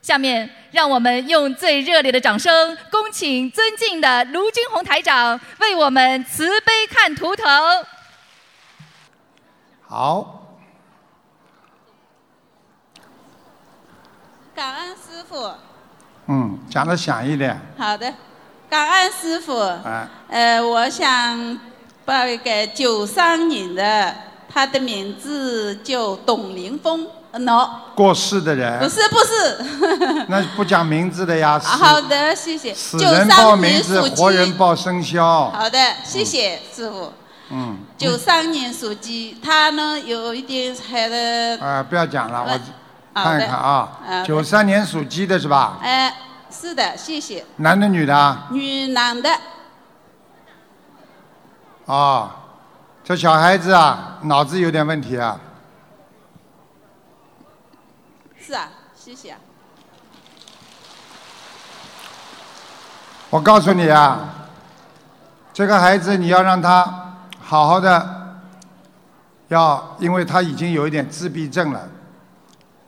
下面，让我们用最热烈的掌声，恭请尊敬的卢军红台长为我们慈悲看图腾。好，感恩师傅。嗯，讲的响一点，好的，感恩师傅。哎，呃，我想报一个九三年的，他的名字叫董凌峰。呃 No，过世的不人，是不是。那不讲名字的呀，死好的，谢谢。死九人报三名年字属，活人鸡。报生肖，好的，谢谢师傅。嗯，九三年属鸡，他呢有一点还的，啊、不要讲了，我好看一的看啊好，的九三年属鸡的是吧？呃，是的，谢谢。男的女的啊？女男的，哦，这小孩子啊，脑子有点问题啊。是啊，谢谢啊。我告诉你啊，这个孩子你要让他好好的，要，因为他已经有一点自闭症了，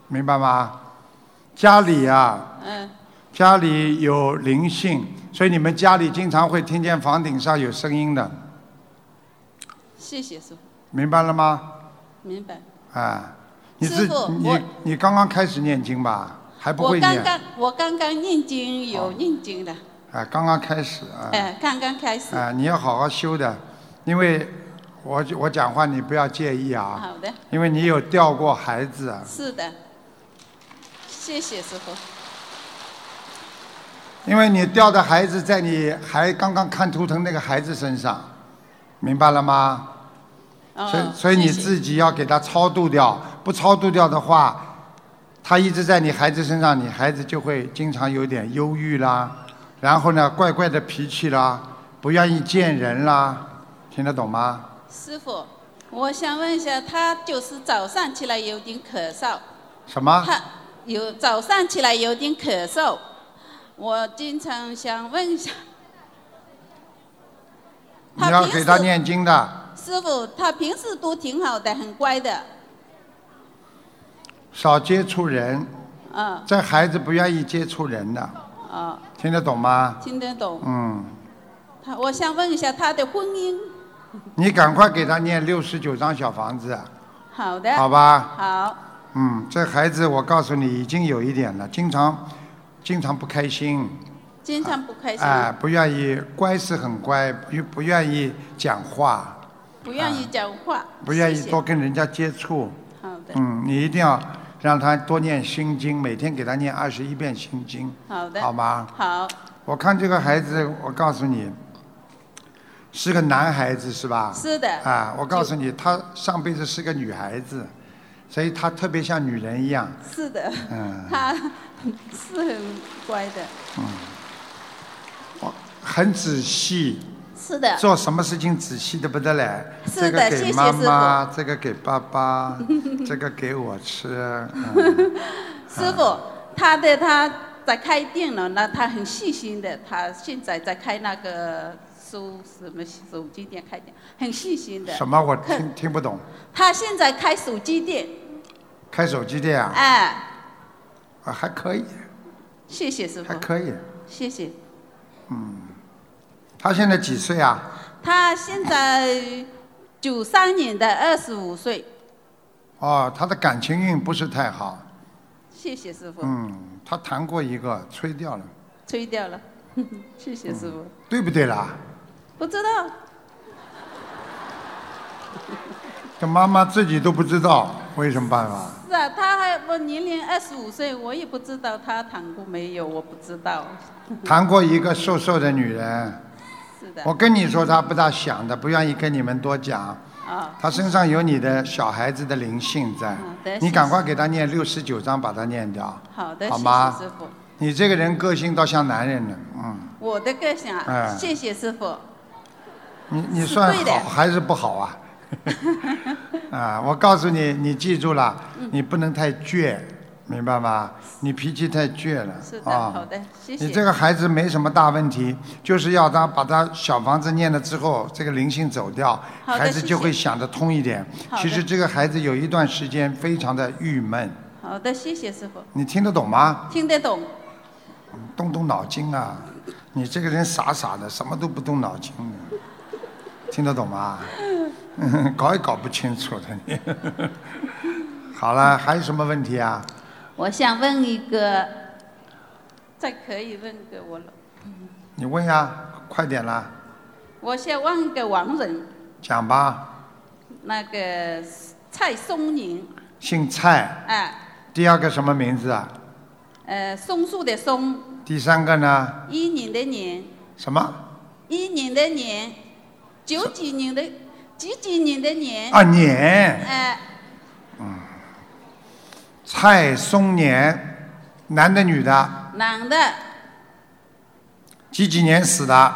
明白吗？家里啊，嗯，家里有灵性，所以你们家里经常会听见房顶上有声音的，谢谢师傅，明白了吗？明白。啊，你师自父你我你刚刚开始念经吧，还不我会刚念哦刚我刚刚念经有念经的，啊，刚刚开始啊。哎，刚刚开始。啊，你要好好修的，因为我就我讲话你不要介意啊，好的，因为你有掉过孩子啊，是的，谢谢师傅。因为你掉的孩子在你还刚刚看图腾那个孩子身上，明白了吗？啊所以哦，所以你谢谢自己要给他超度掉，不超度掉的话，他一直在你孩子身上，你孩子就会经常有点忧郁啦，然后呢，怪怪的脾气啦，不愿意见人啦，听得懂吗？师傅，我想问一下，他就是早上起来有点咳嗽，什么？他有早上起来有点咳嗽，我经常想 问一下。你要平给时他念经的。师傅，他平时都挺好的，很乖的，少接触人，啊、这孩子不愿意接触人的，啊、听得懂吗？听得懂。嗯，他，我想问一下他的婚姻，你赶快给他念六十九张小房子，啊好的，好吧？好嗯，这孩子我告诉你，已经有一点了，经常经常不开心，经常不开心，哎、不愿意，乖是很乖，不不愿意讲话，不愿意讲话，不愿意谢谢多。跟人家接触。好的，嗯，你一定要让他多念心经，每天给他念二十一遍心经，好的，好吗？好我看这个孩子，我告诉你，是个男孩子是吧？是的，啊，我告诉你，他上辈子是个女孩子，所以他特别像女人一样。是的，嗯，他 是很乖的，很仔细，是的， 做什么事情仔细的不得了。是这个的给谢谢妈妈，这个给爸 爸，这个给我吃。嗯师傅，啊他的他在开店了，那他很细心的，他现在在开那个收什么手机店开店，很细心的什。么我听听不懂？他现在开手机店，开手机店啊？哎，啊还可以，谢谢师傅还，可以。谢谢。他现在几岁啊？他现在九三年的，二十五岁。哦，他的感情运不是太好。谢谢师傅，嗯，他谈过一个，吹掉了，吹掉了。 谢谢师傅，对不对啦？不知道， 这妈妈自己都不知道，我有什么办 法？是啊，他还我年龄二十五岁，我也不知道他谈过没有，我不知道。谈过一个瘦瘦的女人，是的，我跟你说，她不大想的，不愿意跟你们多讲。啊，她身上有你的小孩子的灵性在好的，你谢赶谢快给她念六十九章，把它念掉。好的，好谢吗谢师傅。你这个人个性倒像男人呢，嗯，我的个性啊哎，谢谢师傅，你你是算对的好还是不好啊？ 啊，我告诉你，你记住了，嗯你不能太倔，明白吗？你脾气太倔了是的，啊。好的，谢你这谢。个 孩子没什么大问题，就是要他把他小房子念了之后，这个灵性走掉，好的孩子就谢谢会想得通一点。好的其实这个孩子有一段时间非常的郁闷，好的，谢谢师傅，你听得懂吗？听得懂。动动脑筋啊！你这个人傻傻的，什么都不动脑筋的，听得懂吗？ 搞也搞不清楚的你。 好了，还有什么问题啊？我想问一个，再可以问个我老，你问呀，快点啦，我想问个亡人，讲吧。那个蔡松林，姓蔡，啊，第二个什么名字啊？呃，松树的松，第三个呢？一年的年，什么？一年的年，九几年的几几年的年，啊，年呃，蔡松年，男的女的？男的，几几年死的？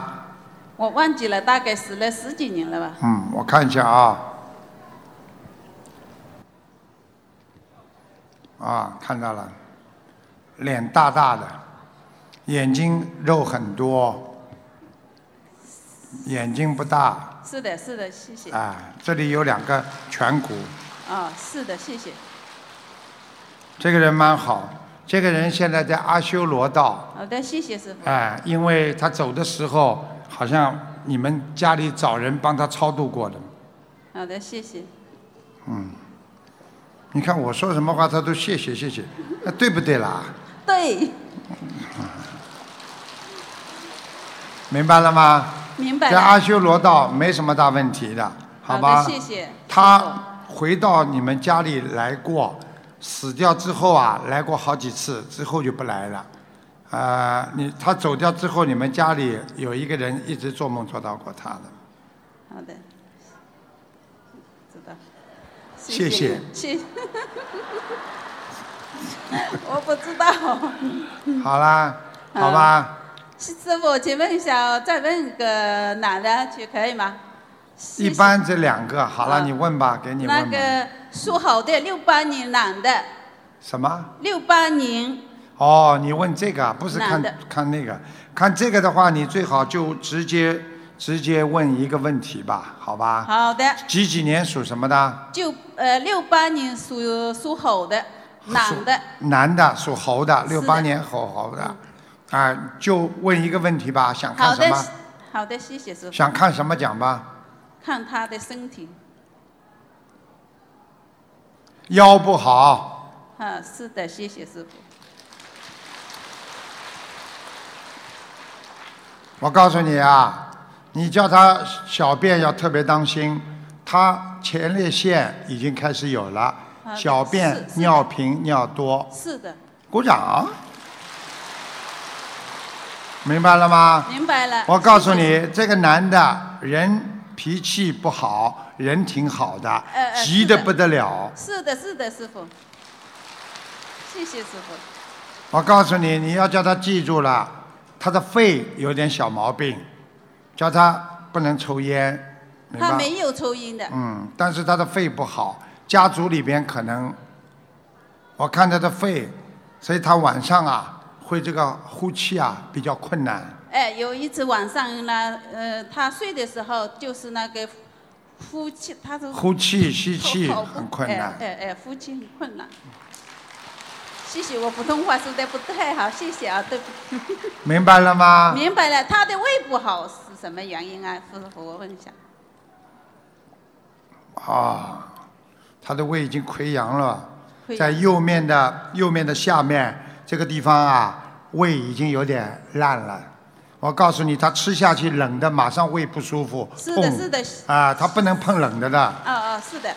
我忘记了，大概死了十几年了吧。嗯，我看一下啊。啊，看到了，脸大大的，眼睛肉很多，眼睛不大是的，是的，谢谢。啊，这里有两个颧骨。啊，是的，谢谢。这个人蛮好，这个人现在在阿修罗道，好的，谢谢师傅。哎、因为他走的时候，好像你们家里找人帮他超度过的。好的，谢谢。你看我说什么话，他都谢谢谢谢，那对不对啦？对，明白了吗？明白在阿了。修罗道没什么大问题的，好吧？的，谢谢。他回到你们家里来过，死掉之后啊，来过好几次，之后就不来了。啊，你他走掉之后，你们家里有一个人一直做梦做到过他的。好的，知道。谢谢谢谢。 谢我不知道，好啦，嗯好吧，师傅，请问一下哦，再问个男的去可以吗？一般这两个，好了，嗯你问吧，给你那问吧。个属猴的六八年男的，什么？六八年哦，你问这个啊，不是看男的看那个，看这个的话，你最好就直接直接问一个问题吧，好吧？好的，几几年属什么的？就呃六八年属属猴的男的，男的，属猴的，是六的嗯八年猴猴的，啊，就问一个问题吧，想看好什的么？好的，谢谢师傅。想看什么讲吧。看他的身体，腰不好，啊，是的，谢谢师傅。我告诉你啊，你叫他小便要特别当心，他前列腺已经开始有了，好的小便嗯是是的尿频尿多，是的，鼓掌。明白了吗？明白了。我告诉谢谢，你，这个男的人脾气不好，人挺好的呃，呃急是得的不得了。是的，是的，师傅。谢谢师傅。我告诉你，你要叫他记住了，他的肺有点小毛病，叫他不能抽烟，明他白？没有抽烟的，嗯，但是他的肺不好，家族里边可能，我看他的肺，所以他晚上啊会这个呼气啊比较困难。哎，有一次晚上呢，呃，他睡的时候就是那个呼气，他都呼气、吸头气头很困难哎，哎哎，呼气很困难。谢谢，我普通话说的不太好，谢谢啊，对不起。明白了吗？明白了，他的胃不好是什么原因啊？师傅，我问一下。啊，他的胃已经溃疡了，溃疡在右面的右面的下面这个地方啊，胃已经有点烂了。我告诉你，他吃下去冷的，马上胃不舒服。是的痛是的啊，他不能碰冷的的，哦哦，是的，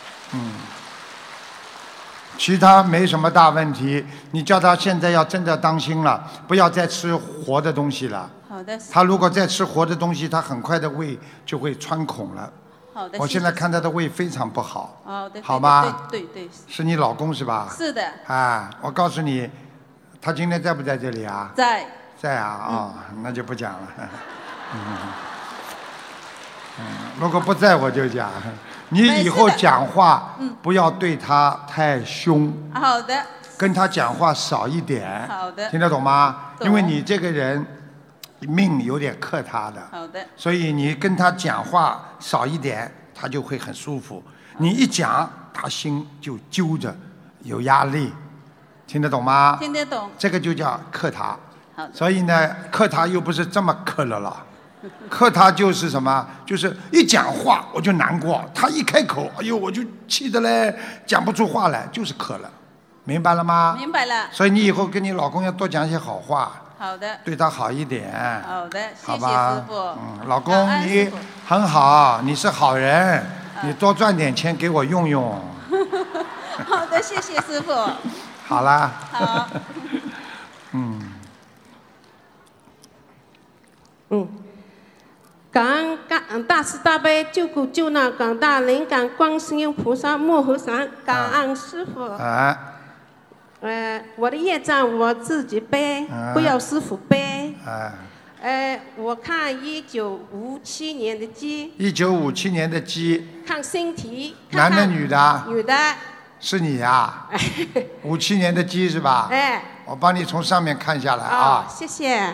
其他没什么大问题。你叫他现在要真的当心了，不要再吃活的东西了。好的，他如果再吃活的东西，他很快的胃就会穿孔了。好的。我谢现谢在，看他的胃非常不好，好的，好对吧？对对对，是你老公是吧？是的，啊，我告诉你，他今天在不在这里啊？在在啊，哦，那就不讲了。 嗯，嗯如果不在我就讲。你哎以后是的讲话嗯不要对他太凶，好的，跟他讲话少一点。好的哎听得懂吗？懂因为你这个人命有点克他的，好的，所以你跟他讲话少一点，他就会很舒服。你一讲，他心就揪着，有压力。听得懂吗？听得懂。啊这个就叫克塔。好的，所以呢，克塔又不是这么克了啦。克他就是什么？就是一讲话我就难过，他一开口，哎呦，我就气得嘞，讲不出话来，就是克了，明白了吗？明白了。所以你以后跟你老公要多讲一些好话，好的，对他好一点，好的，谢好谢吧师？傅。嗯，老感公恩你啊师啊傅 很好，你是好人，你多赚点钱给我用 用，好的，谢谢师傅。好啦。 好，嗯，感恩大大慈大悲救苦救难广大灵感观世音菩萨摩诃萨，感恩师傅。哎，呃，我的业障我自己背，啊不要师傅背。哎，呃，我看一九五七年的鸡，一九五七年的鸡，看身体，男看的看女的啊？女的，是你呀、 五七年的鸡是吧？哎，我帮你从上面看下来哦，啊。谢谢，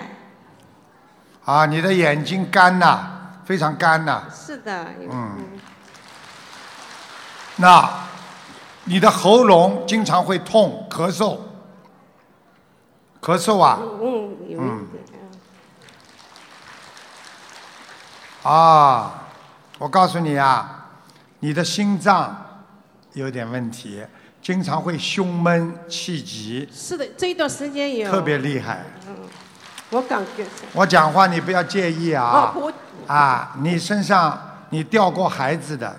啊，你的眼睛干呐、非常干呐、是的，嗯，那你的喉咙经常会痛、咳嗽，咳嗽啊嗯，有一点，嗯啊！我告诉你啊，你的心脏有点问题，经常会胸闷气急，是啊的，这一段时间有，特别，厉害。我感觉是，我讲话你不要介意啊。哦，我啊，你身上你掉过孩子的，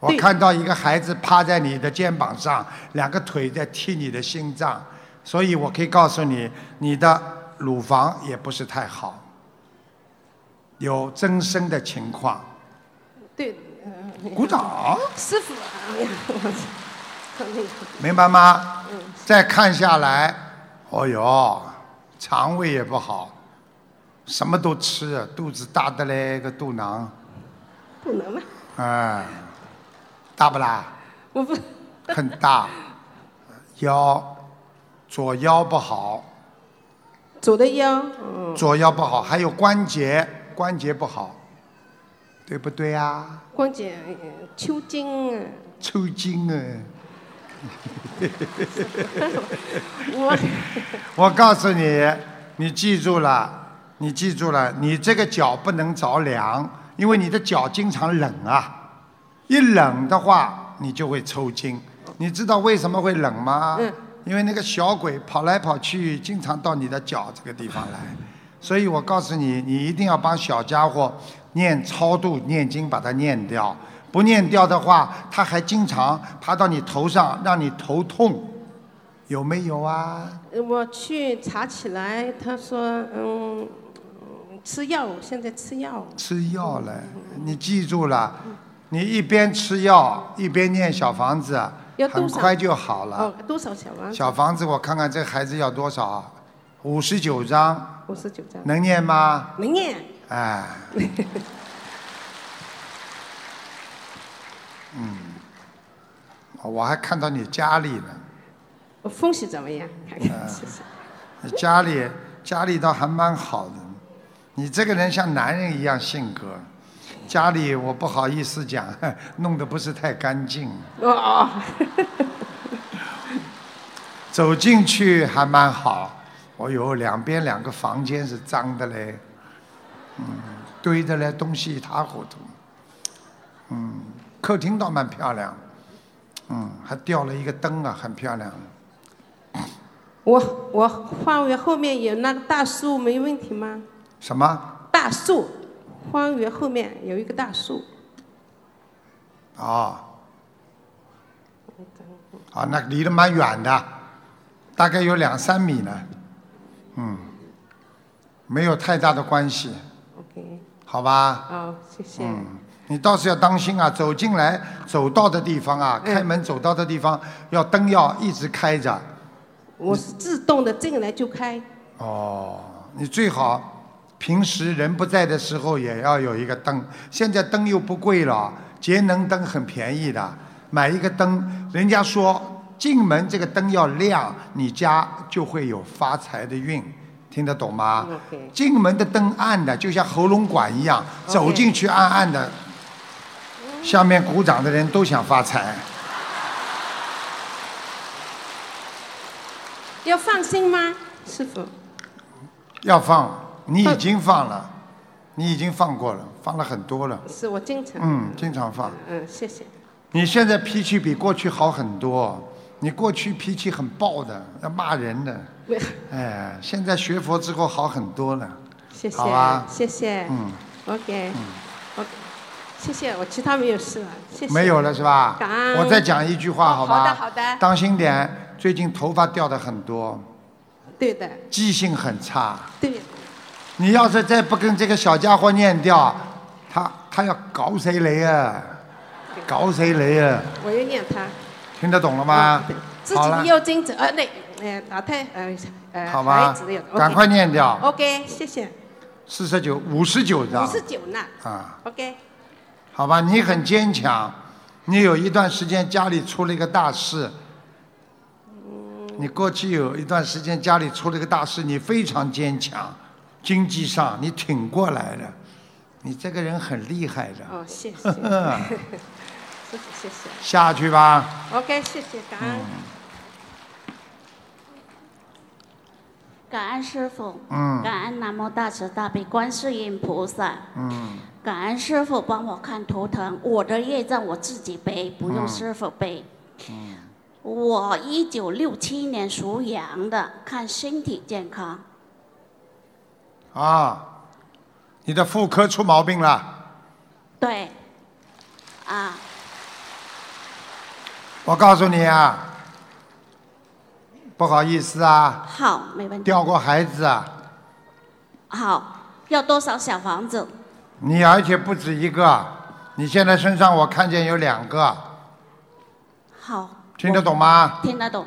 我对看到一个孩子趴在你的肩膀上，两个腿在踢你的心脏，所以我可以告诉你，你的乳房也不是太好，有增生的情况。对，嗯鼓掌，师傅，哎呀， 我可那个，明白吗？再看下来，哦哟，肠胃也不好，什么都吃，肚子大的嘞个肚囊，不能了，哎，大不啦？我不， 很大，腰左腰不好，左的腰，嗯，左腰不好，还有关节关节不好，对不对啊？关节呃抽筋啊，抽筋啊！ 我 我告诉你，你记住了，你记住了，你这个脚不能着凉，因为你的脚经常冷啊，一冷的话你就会抽筋。你知道为什么会冷吗？嗯因为那个小鬼跑来跑去，经常到你的脚这个地方来，所以我告诉你，你一定要帮小家伙念超度念经，把它念掉。不念掉的话，它还经常爬到你头上，让你头痛，有没有啊？呃我去查起来，他说，嗯，嗯吃药，现在吃药，吃药了，你记住了，你一边吃药一边念小房子要，多很少快就好了哦。，多少小王？小房子，我看看这孩子要多少啊？五十九章，五十九张，能念吗？能念， 哎，嗯，我还看到你家里呢，我风水怎么样？看看，谢谢。你哎 家里家里倒还蛮好的，你这个人像男人一样性格，家里我不好意思讲， 弄得不是太干净。哦哦，走进去还蛮好，我有两边两个房间是脏的嘞，嗯，堆的嘞东西一塌糊涂，嗯，客厅倒蛮漂亮，嗯，还吊了一个灯啊，很漂亮。我我花园后面有那个大树，没问题吗？什么？大树，花园后面有一个大树，哦，啊，那离得蛮远的，大概有两三米呢，嗯，没有太大的关系， OK，好吧？嗯好、谢谢。你倒是要当心啊！走进来走到的地方啊，嗯开门走到的地方，要灯要一直开着。我是自动的进来就开，哦，你最好平时人不在的时候也要有一个灯。现在灯又不贵了，节能灯很便宜的，买一个灯，人家说进门这个灯要亮，你家就会有发财的运，听得懂吗嗯 OK 进门的灯暗的，就像喉咙管一样，走进去暗暗的。下面鼓掌的人都想发财。要放心吗？师傅，要放了，你已经放了，你已经放过了，放了很多了，是我经常，嗯，经常放。嗯，谢谢， 你现在脾气比过去好很多，你过去脾气很暴的，要骂人的，没有哎，现在学佛之后好很多了。谢谢好啊，谢谢，嗯，OK，我谢谢，我其他没有事了，谢谢，没有了是吧感恩？我再讲一句话哦好吧？好的好的当心点，最近头发掉的很多，对的，记性很差。对的，你要是再不跟这个小家伙念掉，他他要搞谁雷啊？搞谁雷啊？我要念他。听得懂了吗对？自好了己，又精子，呃，那呃，打胎，呃呃，好吧孩子有的，赶快念掉 OK，谢谢，四十九、五十九五章十九呢啊， ，OK，好吧？你很坚强，你有一段时间家里出了一个大事。你过去有一段时间家里出了一个大事，你非常坚强，经济上你挺过来了，你这个人很厉害的，哦，谢 谢，师傅，谢谢下去吧。嗯，OK，谢谢，感恩，感恩师傅，嗯感恩南无大慈大悲观世音菩萨，嗯，感恩师傅帮我看图腾，我的业障我自己背，不用师傅背。嗯我一九六七年属羊的，看身体健康，啊，你的妇科出毛病了。对，啊，我告诉你啊，不好意思啊，好，没问题，掉过孩子啊，好，要多少小房子？你而且不止一个，你现在身上我看见有两个，好，听得懂吗？听得懂，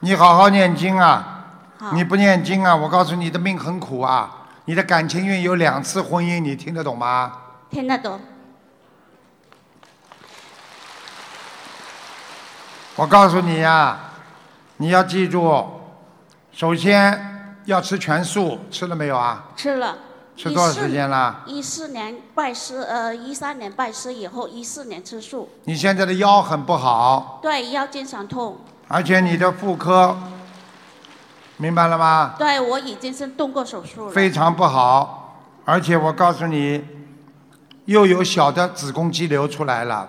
你好好念经啊，好，你不念经啊，我告诉你你的命很苦啊，你的感情运有两次婚姻，你听得懂吗？听得懂，我告诉你呀、你要记住，首先要吃全素，吃了没有啊？吃了。吃多少时间了？一四年拜师，呃，一三年拜师以后，一四年吃素，你现在的腰很不好，对，腰经常痛，而且你的妇科，明白了吗？对我已经是动过手术了，非常不好，而且我告诉你，又有小的子宫肌瘤出来了，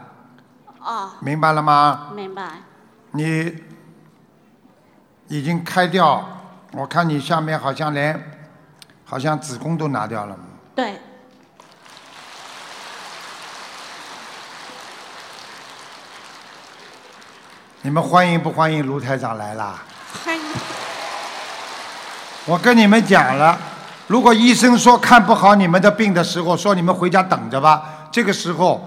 哦，明白了吗？明白，你已经开掉，我看你下面好像连，好像子宫都拿掉了。对，你们欢迎不欢迎卢台长来啦？欢迎，我跟你们讲了，如果医生说看不好你们的病的时候，说你们回家等着吧，这个时候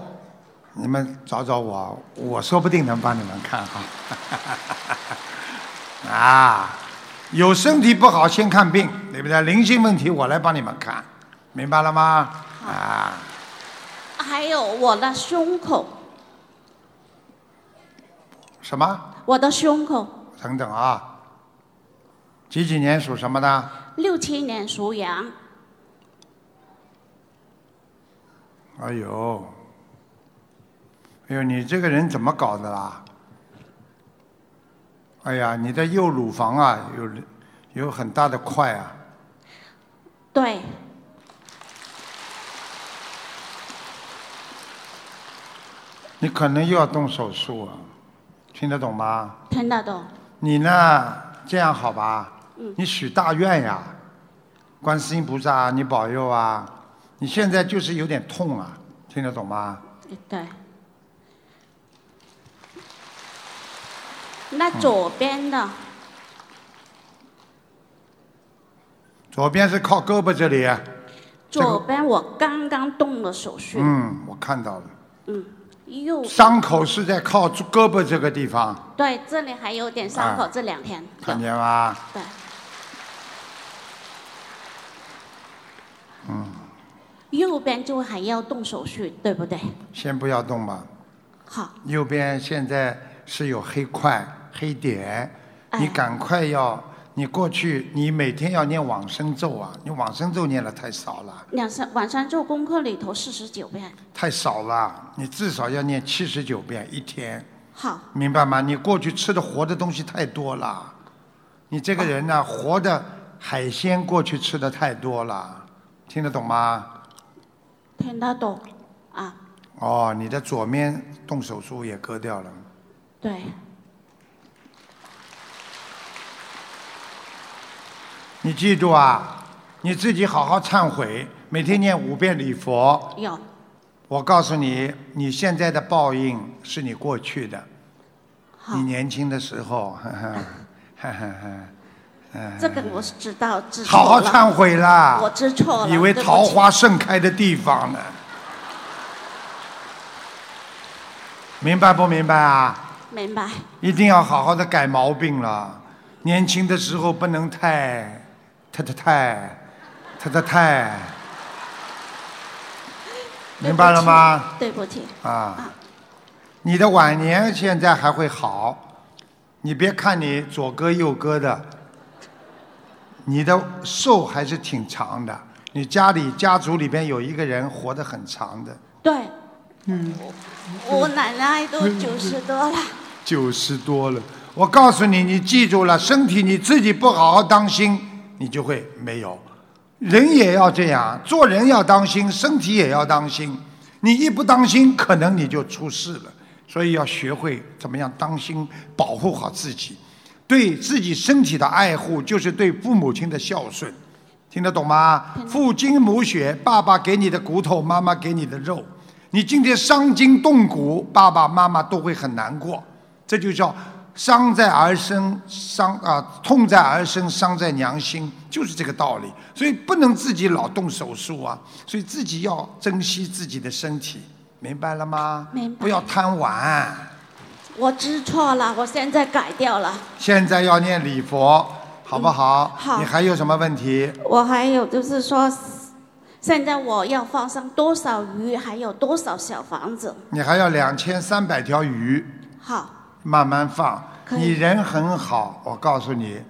你们找找我，我说不定能帮你们看哈。 啊，有身体不好先看病，对不对？灵性问题我来帮你们看，明白了吗？啊，还有我的胸口，什么？我的胸口，等等啊，几几年属什么的？六七年属羊，哎呦，哎呦，你这个人怎么搞的啦？哎呀，你的右乳房啊，有有很大的块啊，对，你可能又要动手术啊，听得懂吗？听得懂，你呢，这样好吧？你许大愿呀，观世音菩萨，你保佑啊！你现在就是有点痛啊，听得懂吗？对。那左边的，左边是靠胳膊这里，啊这个左边我刚刚动了手术，嗯，我看到了，右，伤口是在靠胳膊这个地方。对，这里还有点伤口，啊这两天看有，见吗？对，嗯，右边就还要动手术，对不对？先不要动吧。好，右边现在是有黑块、黑点，你哎赶快要。你过去你每天要念往生咒啊，你往生咒念的太少了，两三晚上做功课里头四十九遍，太少了。你至少要念七十九遍一天，好，明白吗？你过去吃的活的东西太多了，你这个人呢、活的海鲜过去吃的太多了，听得懂吗？听得懂啊？哦，你的左面动手术也割掉了，对，你记住啊，你自己好好忏悔，每天念五遍礼佛。有我告诉你，你现在的报应是你过去的，好你，年轻的时候，哈哈，哈哈哈。这个我是知道知错好了。好忏悔啦！我知错了以为对不桃起花盛开的地方呢，明白不明白啊？明白，一定要好好的改毛病了。年轻的时候不能太，太太太，太太太，对明不白了起吗？？对不起，啊，你的晚年现在还会好，你别看你左割右割的，你的寿还是挺长的。你家里家族里边有一个人活得很长的，对，嗯，我奶奶都九十多了，九十多了。我告诉你，你记住了，身体你自己不好好当心，你就会没有。人也要这样，做人要当心，身体也要当心。你一不当心，可能你就出事了。所以要学会怎么样当心，保护好自己。对自己身体的爱护，就是对父母亲的孝顺，听得懂吗？父精母血，爸爸给你的骨头，妈妈给你的肉。你今天伤筋动骨，爸爸妈妈都会很难过。这就叫伤在儿身，伤啊，痛在儿身，伤在娘心，就是这个道理。所以不能自己老动手术啊，所以自己要珍惜自己的身体，明白了吗？明白不要贪玩，我知错了，我现在改掉了。现在要念礼佛，好不好？嗯好你还有什么问题？我还有就是说，现在我要放生多少鱼，还有多少小房子？你还要两千三百条鱼，好，慢慢放。可以你人很好，我告诉你，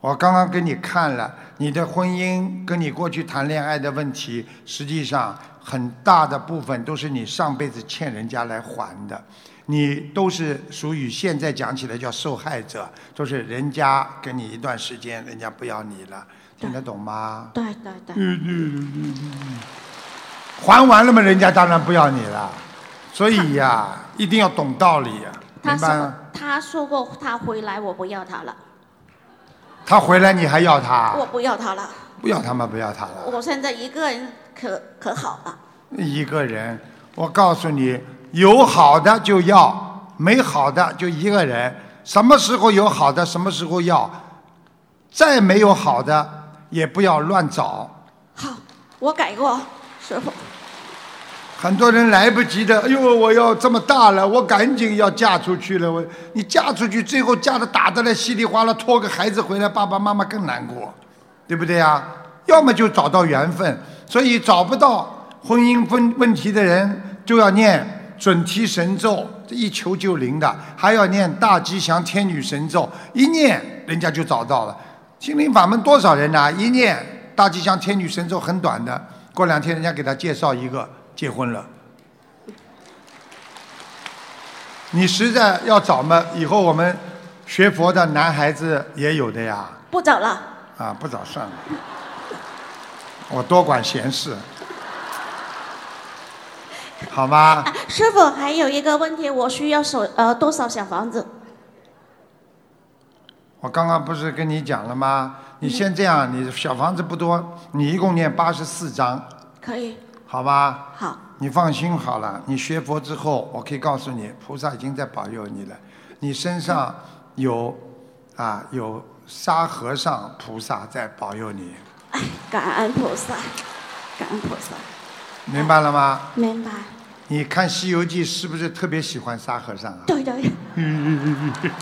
我刚刚给你看了你的婚姻跟你过去谈恋爱的问题，实际上很大的部分都是你上辈子欠人家来还的，你都是属于现在讲起来叫受害者，都是人家跟你一段时间，人家不要你了，听得懂吗？对对嗯哦对，还完了嘛，人家当然不要你了，所以呀、一定要懂道理呀、他明白说吗？他说过他回来，我不要他了，他回来你还要他？我不要他了，不要他们，不要他了。我现在一个人可可好了。一个人，我告诉你，有好的就要，没好的就一个人。什么时候有好的，什么时候要，再没有好的也不要乱找。好，我改过，师傅。很多人来不及的，哎呦，我要这么大了，我赶紧要嫁出去了。我你嫁出去，最后嫁的打的来稀里哗啦，拖个孩子回来，爸爸妈妈更难过，对不对呀？要么就找到缘分，所以找不到婚姻问问题的人，就要念准提神咒，这一求就灵的，还要念大吉祥天女神咒，一念人家就找到了。心灵法门多少人呢、啊一念大吉祥天女神咒很短的，过两天人家给他介绍一个结婚了。你实在要找嘛，以后我们学佛的男孩子也有的呀，不找了，啊，不早算了，我多管闲事，好吗？师傅还有一个问题，我需要手呃多少小房子？我刚刚不是跟你讲了吗？你先这样，你小房子不多，你一共念八十四章，可以，好吗？好，你放心好了，你学佛之后，我可以告诉你，菩萨已经在保佑你了。你身上有啊有沙和尚菩萨在保佑你，哎，感恩菩萨，感恩菩萨，明白了吗？明白。你看《西游记》是不是特别喜欢沙和尚啊？对对，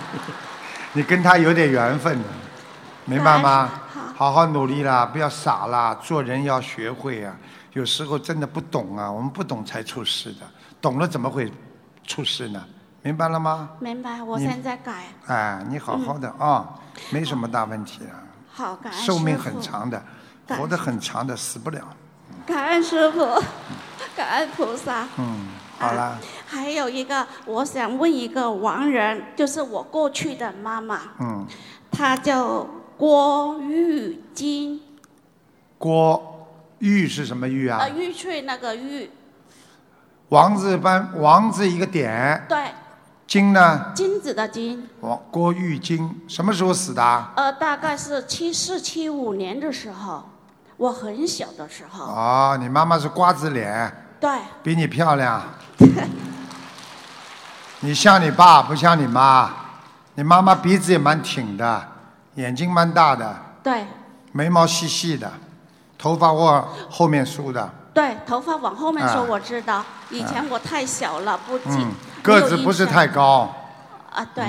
你跟他有点缘分的，明白吗对好？好好努力啦，不要傻啦，做人要学会啊。有时候真的不懂啊，我们不懂才出事的，懂了怎么会出事呢？明白了吗？明白。我现在改，哎，你好好的啊、没什么大问题啊，好，嗯感恩师傅寿命很，长的，感活得很长的，死不了。感恩师傅， 感恩菩萨。嗯，好啦啊，还有一个，我想问一个亡人，就是我过去的妈妈，嗯，他叫郭玉金，郭玉是什么玉啊啊，？玉翠那个玉，王字班王字一个点，对，金呢？金子的金，王郭玉金什么时候死的啊？呃，大概是七四七五年的时候，我很小的时候，哦，你妈妈是瓜子脸，对，比你漂 亮。你像你爸，不像你妈。你妈妈鼻子也蛮挺的，眼睛蛮大的，对，眉毛细细的，头发往后面梳 的。对，头发往后面说啊我知道，以前我太小了，不记、嗯，没有个子不是印象太嗯高。啊，对。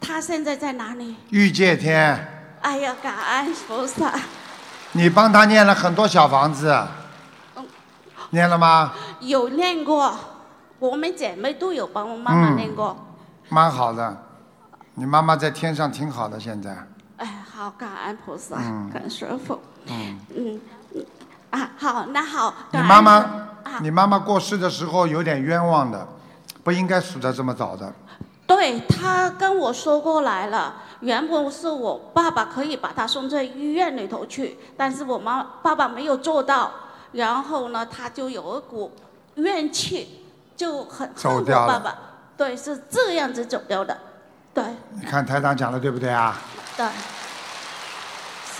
他现在在哪里？玉界天，哎呀，感恩菩萨，你帮他念了很多小房子，哦念了吗？有练过，我们姐妹都有帮我妈妈嗯练过。蛮好的，你妈妈在天上挺好的，现在。哎，好，感恩菩萨，感恩师傅。嗯嗯啊，好，那好，你感恩妈师妈，你妈妈过世的时候有点冤枉的，不应该死得这么早的。对他跟我说过来了，原本是我爸爸可以把他送在医院里头去，但是我妈爸爸没有做到，然后呢，他就有一股怨气，就很恨走我掉了爸爸。对，是这样子走掉的。对你看台长讲的对不对啊？对，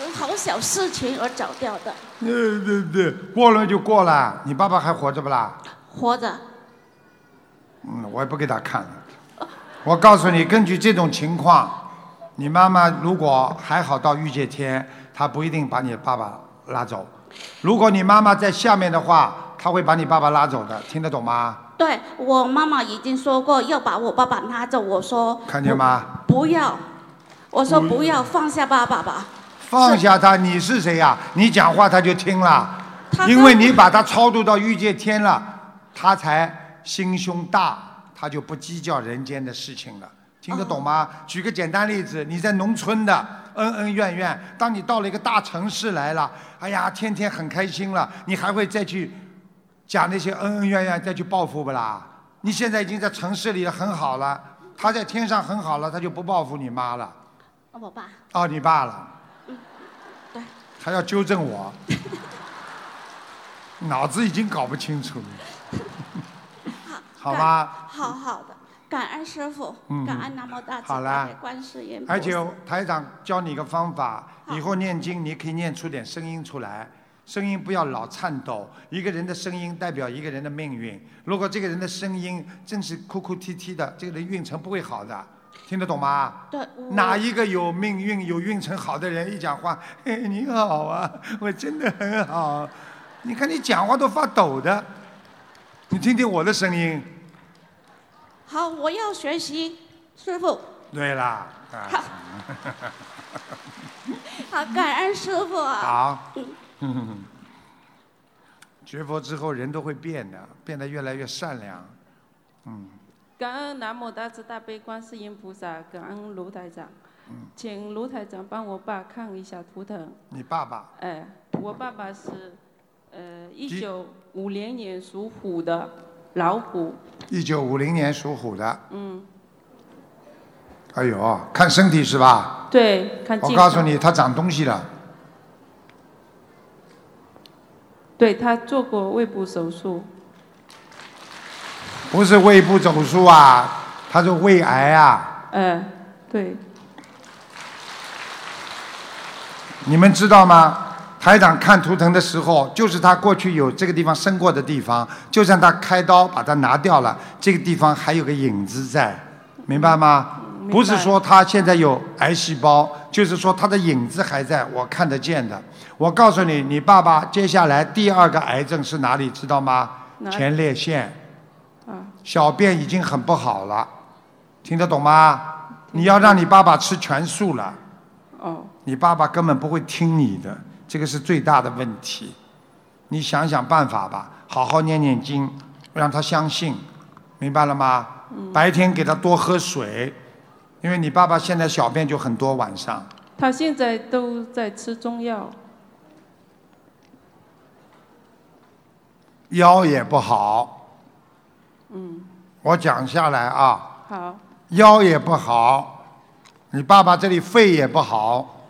是好小事情而走掉的，对对对，过了就过了。你爸爸还活着不啦？活着。嗯，我也不给他看了。我告诉你，根据这种情况，你妈妈如果还好到御界天，她不一定把你爸爸拉走。如果你妈妈在下面的话，她会把你爸爸拉走的，听得懂吗？对我妈妈已经说过要把我爸爸拉走，我说看见吗？不要，我说不要放下爸爸吧。放下他，你是谁呀、你讲话他就听了，他因为你把他超度到欲界天了，他才心胸大，他就不计较人间的事情了。听得懂吗？举个简单例子，你在农村的恩恩怨怨，当你到了一个大城市来了，哎呀，天天很开心了，你还会再去讲那些恩恩怨怨，再去报复不啦？你现在已经在城市里很好了，他在天上很好了，他就不报复你妈了。我爸，哦，你爸了。对。还要纠正我，脑子已经搞不清楚了，好吧？好好的，感恩师傅，嗯感恩南无大慈好大啦悲观世音菩萨。而且台长教你一个方法，好以后念经你可以念出点声音出来，声音不要老颤抖。一个人的声音代表一个人的命运，如果这个人的声音真是哭哭啼啼的，这个人运程不会好的，听得懂吗？对，我哪一个有命运、有运程好的人一讲话，嘿，你好啊， 我真的很好。啊你看你讲话都发抖的，你听听我的声音。好，我要学习师傅。对啦，啊，好， 好，感恩师傅啊。 好，学佛之后人都会变的，变得越来越善良。感恩南无大慈大悲观世音菩萨，感恩卢台长，请卢台长帮我爸看一下图腾。你爸爸哎，我爸爸是，呃，一九五零年属虎的老虎，一九五零年属虎的，嗯，哎呦，看身体是吧？对，看我健告诉康。你，他长东西了，对他做过胃部手术，不是胃部手术啊，他是胃癌啊。哎，对，你们知道吗？台长看图腾的时候，就是他过去有这个地方生过的地方，就算他开刀把它拿掉了，这个地方还有个影子在，明白吗？明白不是说他现在有癌细胞，就是说他的影子还在，我看得见的。我告诉你，你爸爸接下来第二个癌症是哪里，知道吗？哪里前列腺啊，小便已经很不好了，听得懂吗？你要让你爸爸吃全素了。哦，你爸爸根本不会听你的，这个是最大的问题。你想想办法吧，好好念念经，让他相信，明白了吗？嗯白天给他多喝水，因为你爸爸现在小便就很多，晚上他现在都在吃中药，腰也不好。嗯，我讲下来啊，好，腰也不好，你爸爸这里肺也不好，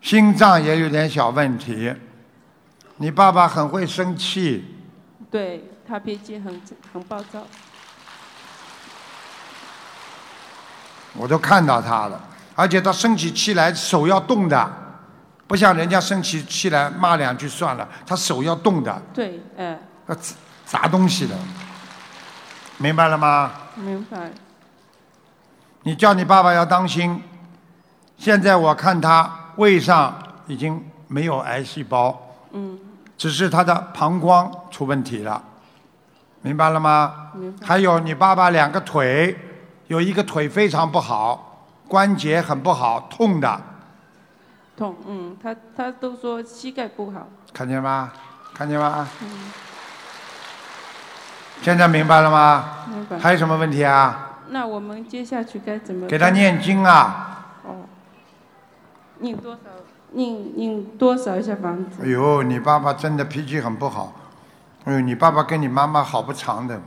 心脏也有点小问题。你爸爸很会生气，对他脾气很很暴躁，我都看到他了，而且他生起气来手要动的，不像人家生起气来骂两句算了，他手要动的，对，哎、要砸砸东西的，明白了吗？明白，你叫你爸爸要当心。现在我看他胃上已经没有癌细胞，嗯，只是他的膀胱出问题了，明白了吗？明白，还有你爸爸两个腿，有一个腿非常不好，关节很不好，痛的，痛，嗯，他他都说膝盖不好，看见吗？看见吗？嗯现在明白了吗？明白。还有什么问题啊？那我们接下去该怎么办？给他念经啊！哦，念多少？念念多少小房子？哎呦，你爸爸真的脾气很不好。哎呦，你爸爸跟你妈妈好不长的。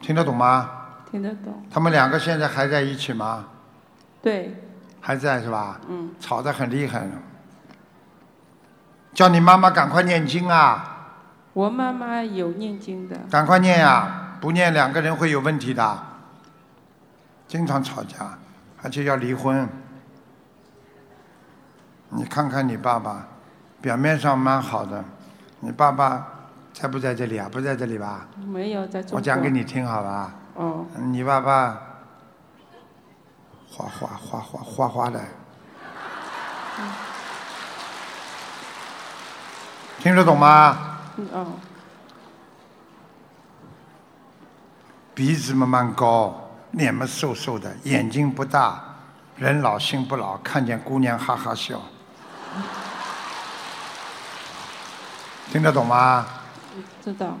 听得懂吗？听得懂？他们两个现在还在一起吗？对，还在是吧？嗯，吵得很厉害呢。叫你妈妈赶快念经啊，我妈妈有念经的，赶快念啊，不念两个人会有问题的，经常吵架，而且要离婚。你看看你爸爸，表面上蛮好的，你爸爸在不在这里啊？不在这里吧？没有在中国。我讲给。你听好吧？哦，你爸爸花花花花花花的，听得懂吗？嗯哦，鼻子慢慢高，脸嘛瘦瘦的，眼睛不大，人老心不老，看见姑娘哈哈笑。听得懂吗？知道。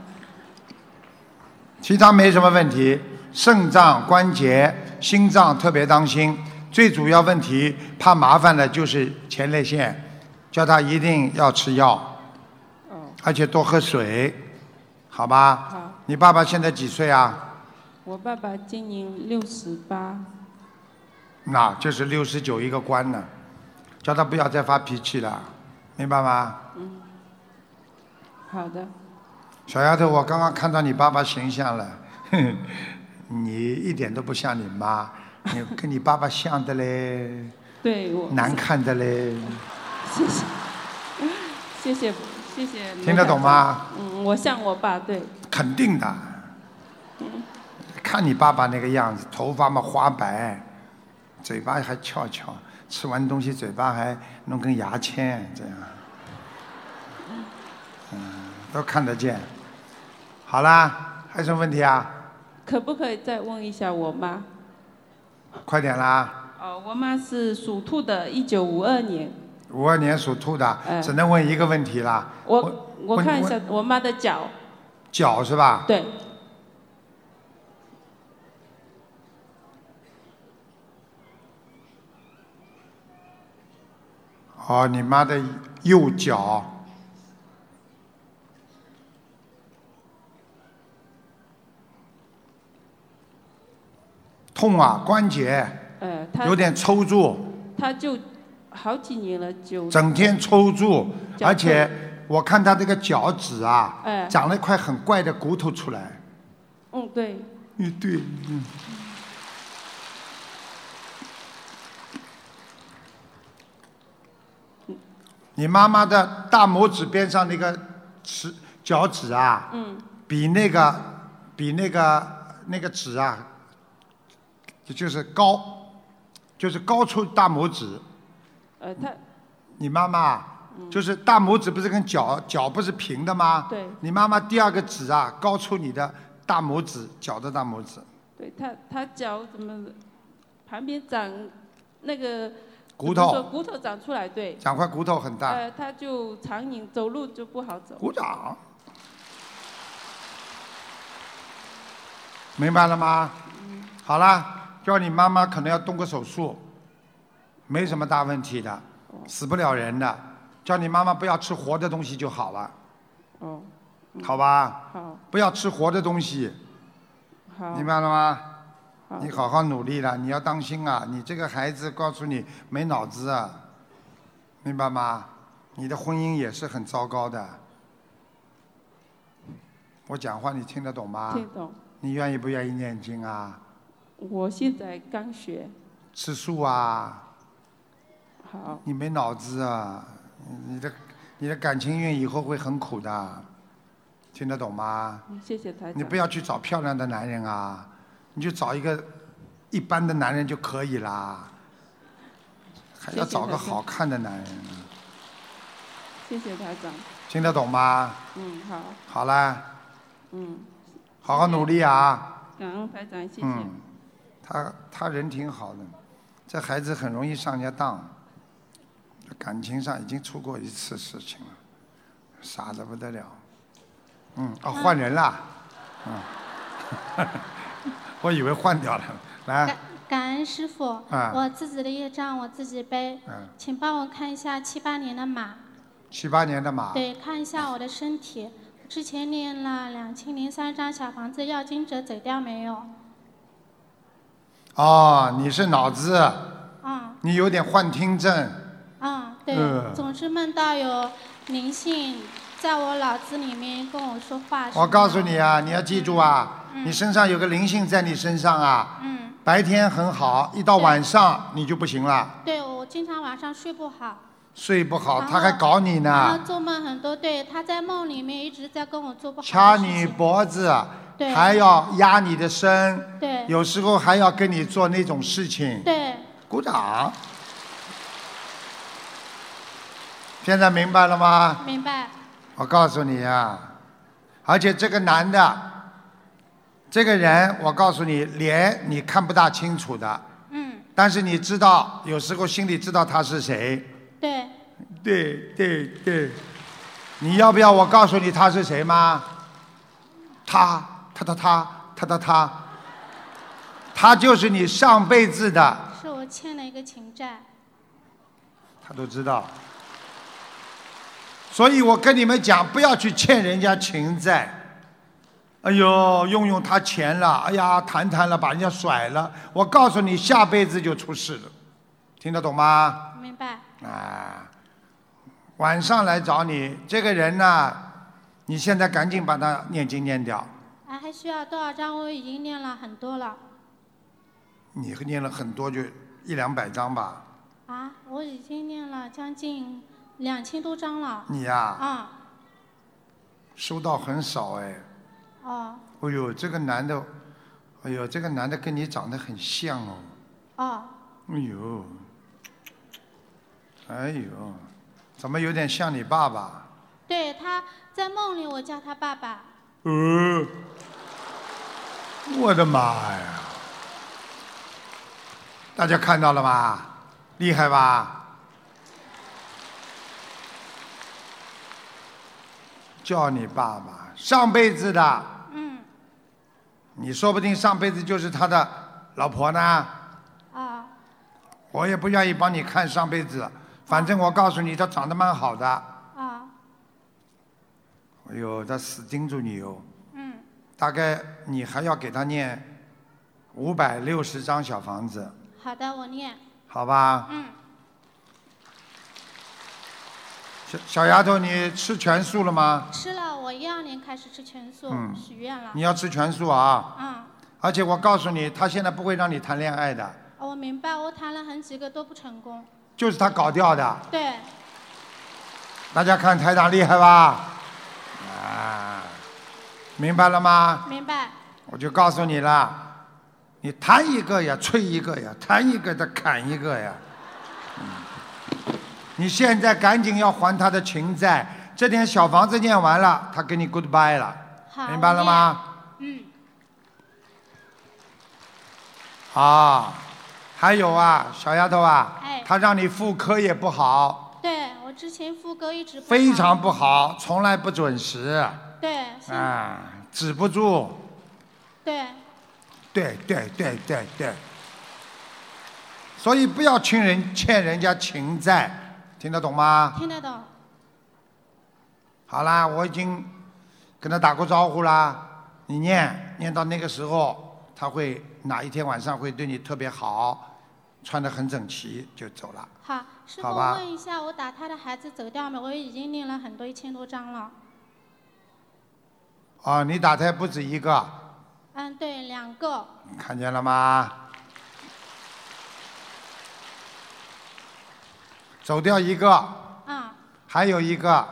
其他没什么问题，肾脏、关节、心脏特别当心。最主要问题怕麻烦的就是前列腺，叫他一定要吃药，哦，而且多喝水，好吧？好。你爸爸现在几岁啊？我爸爸今年六十八，那就是六十九一个关呢，叫他不要再发脾气了，明白吗？嗯好的，小丫头，我刚刚看到你爸爸形象了，哼，你一点都不像你妈，你跟你爸爸像的嘞，对我难看的嘞。谢谢，谢谢谢谢。听得懂吗？嗯，我像我爸，对，肯定的。看你爸爸那个样子，头发嘛花白，嘴巴还翘翘，吃完东西嘴巴还弄根牙签这样，嗯，都看得见。好啦，还有什么问题啊？可不可以再问一下我妈？快点啦！哦，我妈是属兔的，一九五二年。五二年属兔的，嗯只能问一个问题啦。我我问看一下我妈的脚，脚是吧？对，哦，你妈的右脚。痛啊，关节呃，有她点抽搐，她就好几年了，就整天抽搐，脚而且我看她这个脚趾啊，哎长了一块很怪的骨头出来。嗯对，嗯，对，嗯。你妈妈的大拇指边上那个指脚趾啊，嗯比那个比那个那个指啊，就就是高，就是高出大拇指。呃她你妈妈啊就是大拇指不是跟脚脚不是平的吗？对你妈妈第二个指啊，高出你的大拇指，脚的大拇指，对她她脚怎么旁边长那个骨怎么头。说骨头长出来，对，长块骨头很大，呃她就常年走路就不好走，鼓掌。明白了吗？好啦，叫你妈妈可能要动个手术，没什么大问题的，死不了人的。叫你妈妈不要吃活的东西就好了，哦，好吧？好，不要吃活的东西，好，明白了吗？好你好好努力了，你要当心啊！你这个孩子，告诉你没脑子啊，明白吗？你的婚姻也是很糟糕的。我讲话你听得懂吗？听懂。你愿意不愿意念经啊？我现在刚学，吃素啊？好，你没脑子啊！你的你的感情运以后会很苦的，听得懂吗？谢谢台长。你不要去找漂亮的男人啊，你就找一个一般的男人就可以啦，还要找个好看的男人啊，谢谢台长。听得懂吗？嗯，好，好啦，嗯，好好努力啊，感恩台长，谢谢。嗯，他他人挺好的，这孩子很容易上人家当，感情上已经出过一次事情了，傻的不得了，嗯，啊换人啦，嗯， 我以为换掉了，来感，感恩师傅，啊我自己的业障我自己背，嗯。请帮我看一下七八年的马，七八年的马，对，看一下我的身体。之前念了两千零三张小房子，要经者走掉没有？哦，你是脑子，嗯你有点幻听症，嗯，对，嗯总是梦到有灵性在我脑子里面跟我说话。是我告诉吗你，啊，你要记住啊，你身上有个灵性在你身上啊，嗯，白天很好，一到晚上你就不行了，对我经常晚上睡不好，睡不好，然后他还搞你然后呢，做梦很多，对，他在梦里面一直在跟我做不好的掐事你情，脖子，对还要压你的身，对有时候还要跟你做那种事情，对，鼓掌。现在明白了吗？明白，我告诉你啊，而且这个男的，这个人，我告诉你，脸你看不大清楚的，嗯，但是你知道，有时候心里知道他是谁。对，对对对，你要不要我告诉你他是谁吗？他他他他他他他，他就是你上辈子的，是我欠了一个情债，他都知道。所以我跟你们讲，不要去欠人家情债。哎呦，用用他钱了，哎呀，谈谈了，把人家甩了。我告诉你，下辈子就出事了，听得懂吗？明白，啊，晚上来找你这个人呢，你现在赶紧把他念经念掉。啊，还需要多少张？我已经念了很多了，你念了很多，就一两百张吧。啊，我已经念了将近两千多张了，你呀、啊，收到很少哎。哦，哎呦，这个男的，哎呦，这个男的跟你长得很像哦。哦，哎呦，哎呦，怎么有点像你爸爸？对，他在梦里我叫他爸爸，呃，我的妈呀！大家看到了吧？厉害吧？叫你爸爸，上辈子的，嗯，你说不定上辈子就是他的老婆呢。啊，我也不愿意帮你看上辈子，反正我告诉你，他长得蛮好的。啊，哎呦，他死盯住你哦，嗯，大概你还要给他念五百六十张小房子，好的，我念，好吧？嗯，小小丫头，你吃全素了吗？吃了，我一二年开始吃全素，嗯许愿了你，要吃全素啊！嗯。而且我告诉你，他现在不会让你谈恋爱的，哦我明白，我谈了很几个都不成功。就是他搞掉的。对，大家看台长厉害吧？啊，明白了吗？明白，我就告诉你了，你谈一个呀，吹一个呀，谈一个的砍一个呀。嗯，你现在赶紧要还他的情债，这点小房子念完了，他给你 goodbye 了，好，明白了吗？嗯，啊，还有啊，小丫头啊哎，他让你妇科也不好，对我之前妇科一直不非好常不好，从来不准时，对，现啊，止不住，对对对对对对，所以不要欠人欠人家情债，听得懂吗？听得懂，好啦，我已经跟他打过招呼啦。你念念到那个时候，他会哪一天晚上会对你特别好，穿得很整齐就走了。好，师傅好吧问一下，我打他的孩子走掉没？我已经念了很多，一千多张了。啊，你打胎不止一个，嗯，对，两个。看见了吗？走掉一个，嗯，还有一个，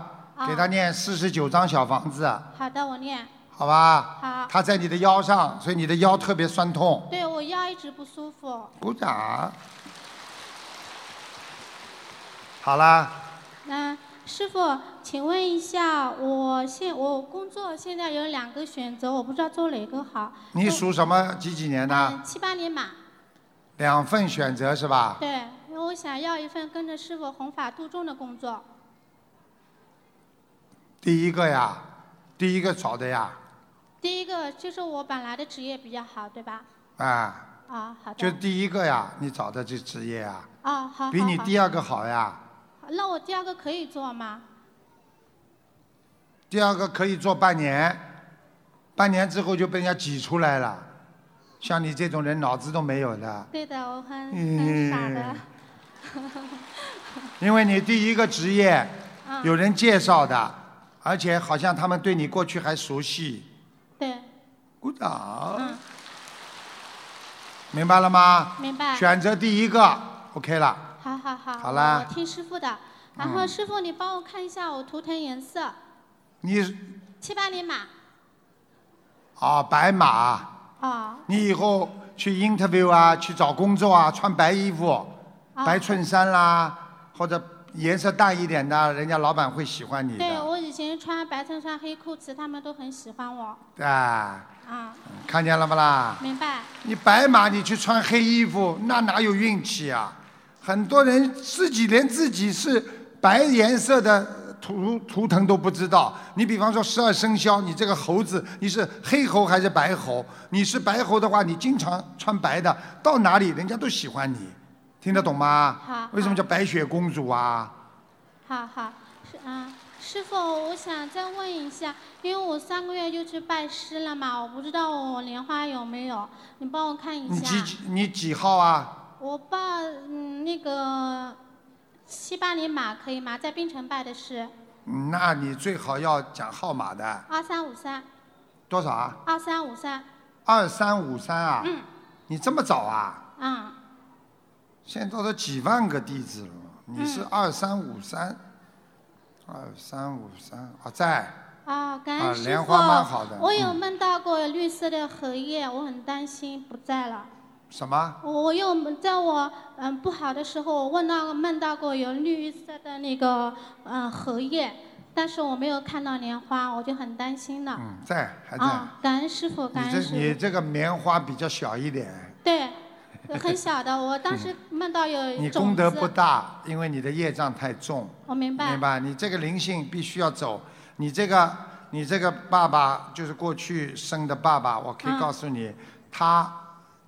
给他念四十九张小房子，啊好的，我念。好吧？好。他在你的腰上，所以你的腰特别酸痛。对我腰一直不舒服。鼓掌。好啦，那师傅，请问一下，我现我工作现在有两个选择，我不知道做哪个好。嗯你属什么几几年的？七八年马，两份选择是吧？对，因为我想要一份跟着师傅弘法度众的工作。第一个呀，第一个找的呀，第一个就是我本来的职业比较好，对吧？啊，啊，好的。就第一个呀，你找的这职业啊，啊，好。比你第二。二个好呀。那我第二个可以做吗？第二个可以做半年，半年之后就被人家挤出来了。像你这种人脑子都没有的，对的，我很很傻的 嗯，。因为你第一个职业嗯有人介绍的，而且好像他们对你过去还熟悉。对，鼓掌嗯。明白了吗？明白。选择第一个，OK 了。好好好，好啦我听师傅的。然后嗯师傅，你帮我看一下我图腾颜色，你七八年马。啊，白马，哦你以后去 interview 啊，去找工作啊，穿白衣服，哦白衬衫啦，或者颜色淡一点的，人家老板会喜欢你对的。我以前穿白衬衫、黑裤子，他们都很喜欢我。啊，啊，看见了不啦？明白。你白马，你去穿黑衣服，那哪有运气啊？很多人自己连自己是白颜色的图图腾都不知道。你比方说十二生肖，你这个猴子，你是黑猴还是白猴？你是白猴的话，你经常穿白的，到哪里人家都喜欢你，听得懂吗？好为什么叫白雪公主啊？好好，是啊，师傅，我想再问一下，因为我上个月就去拜师了嘛，我不知道我莲花有没有，你帮我看一你几下。几你几号啊？我报嗯那个七八年马可以吗？在槟城拜的是那你最好要讲号码的，二三五三多少啊？二三五三，二三五三啊？嗯你这么早啊？啊、现在都几万个弟子了，你嗯是二三五三，二三五三啊，在啊，感啊恩师莲傅。花蛮好的我有嗯梦到过绿色的荷叶，我很担心不在了。什么？我又在我嗯不好的时候，我问到梦到过有绿色的那个嗯荷叶，但是我没有看到莲花，我就很担心了。嗯，在还在。啊，感恩师傅，感你恩这你师这个棉花比较小一点，傅。对，很小的，我当时梦到有嗯你功哎种德不子，大，因为你的业障太重，我明白明。白？你这个灵性必须要走，你这个你这个爸爸就是过去生的爸爸，我可以嗯告诉你，他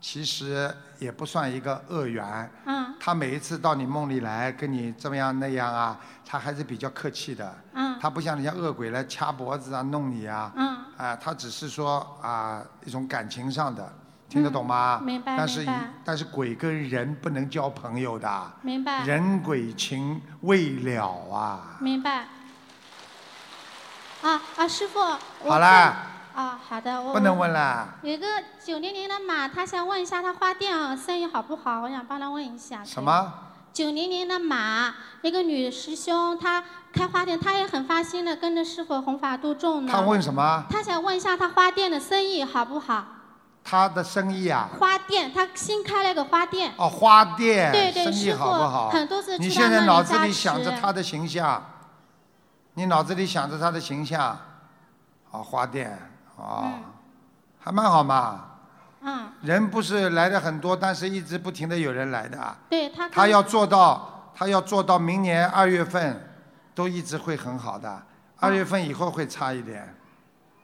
其实也不算一个恶缘，嗯他每一次到你梦里来跟你这么样那样啊，他还是比较客气的，嗯他不像人家恶鬼来掐脖子啊、弄你啊，嗯，啊、他只是说啊、一种感情上的，听得懂吗？嗯明白但是明一白但是鬼跟人不能交朋友的，明白人鬼情未了啊。明白。啊啊，师傅，我好啦，看。啊，好的，我不能。问啦，有一个九零年的马，他想问一下他花店啊生意好不好？我想帮他问一下。可以什吗么？九零年的马，一个女师兄，她开花店，她也很发心的跟着师傅弘法度众呢。他问什么？她想问一下她花店的生意好不好？他的生意啊？花店，她新开了个花店。哦，花店对对生意师好不傅好？很多次你去现他在那脑里子加里想着持他的形象，你脑子里想着他的形象，哦，花店，哦，嗯还蛮好嘛。嗯，人不是来的很多，但是一直不停的有人来的。对她。他要做到，他要做到明年二月份，都一直会很好哦的。二月份以后会差一点，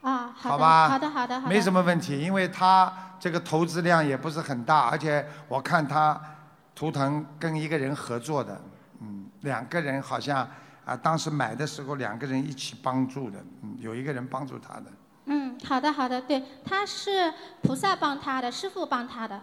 啊，好好的吧好的好的好的。没什么。么问题，因为他这个投资量也不是很大，而且我看他图腾跟一个人合作的，嗯，两个人好像啊，当时买的时候两个人一起帮助的，嗯，有一个人帮助他的。 嗯，好的好的，对，他是菩萨帮他的，师傅帮他的，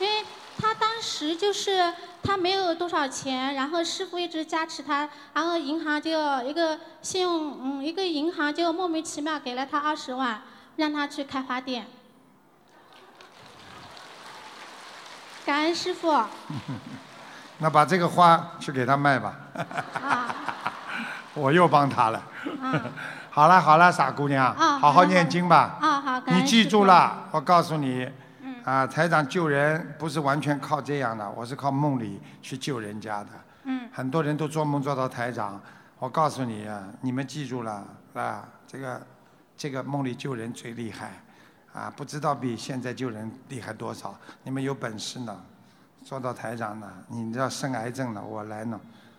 因为他当时就是他没有多少钱，然后师傅一直加持他，然后银行就一个信用，嗯，一个银行就莫名其妙给了他二十万，让他去开花店。感恩师啊傅，那把这个花去给他卖吧。 我又帮他了。 好了好了，傻姑娘，啊好好念经吧。啊好，感你恩记师住父，了，我告诉你，啊，台长救人不是完全靠这样的，我是靠梦里去救人家的。嗯，很多人都做梦做到台长，我告诉你啊，你们记住了啊，这个这个梦里救人最厉害，啊，不知道比现在救人厉害多少。你们有本事呢，做到台长呢，你知道生癌症了，我来呢。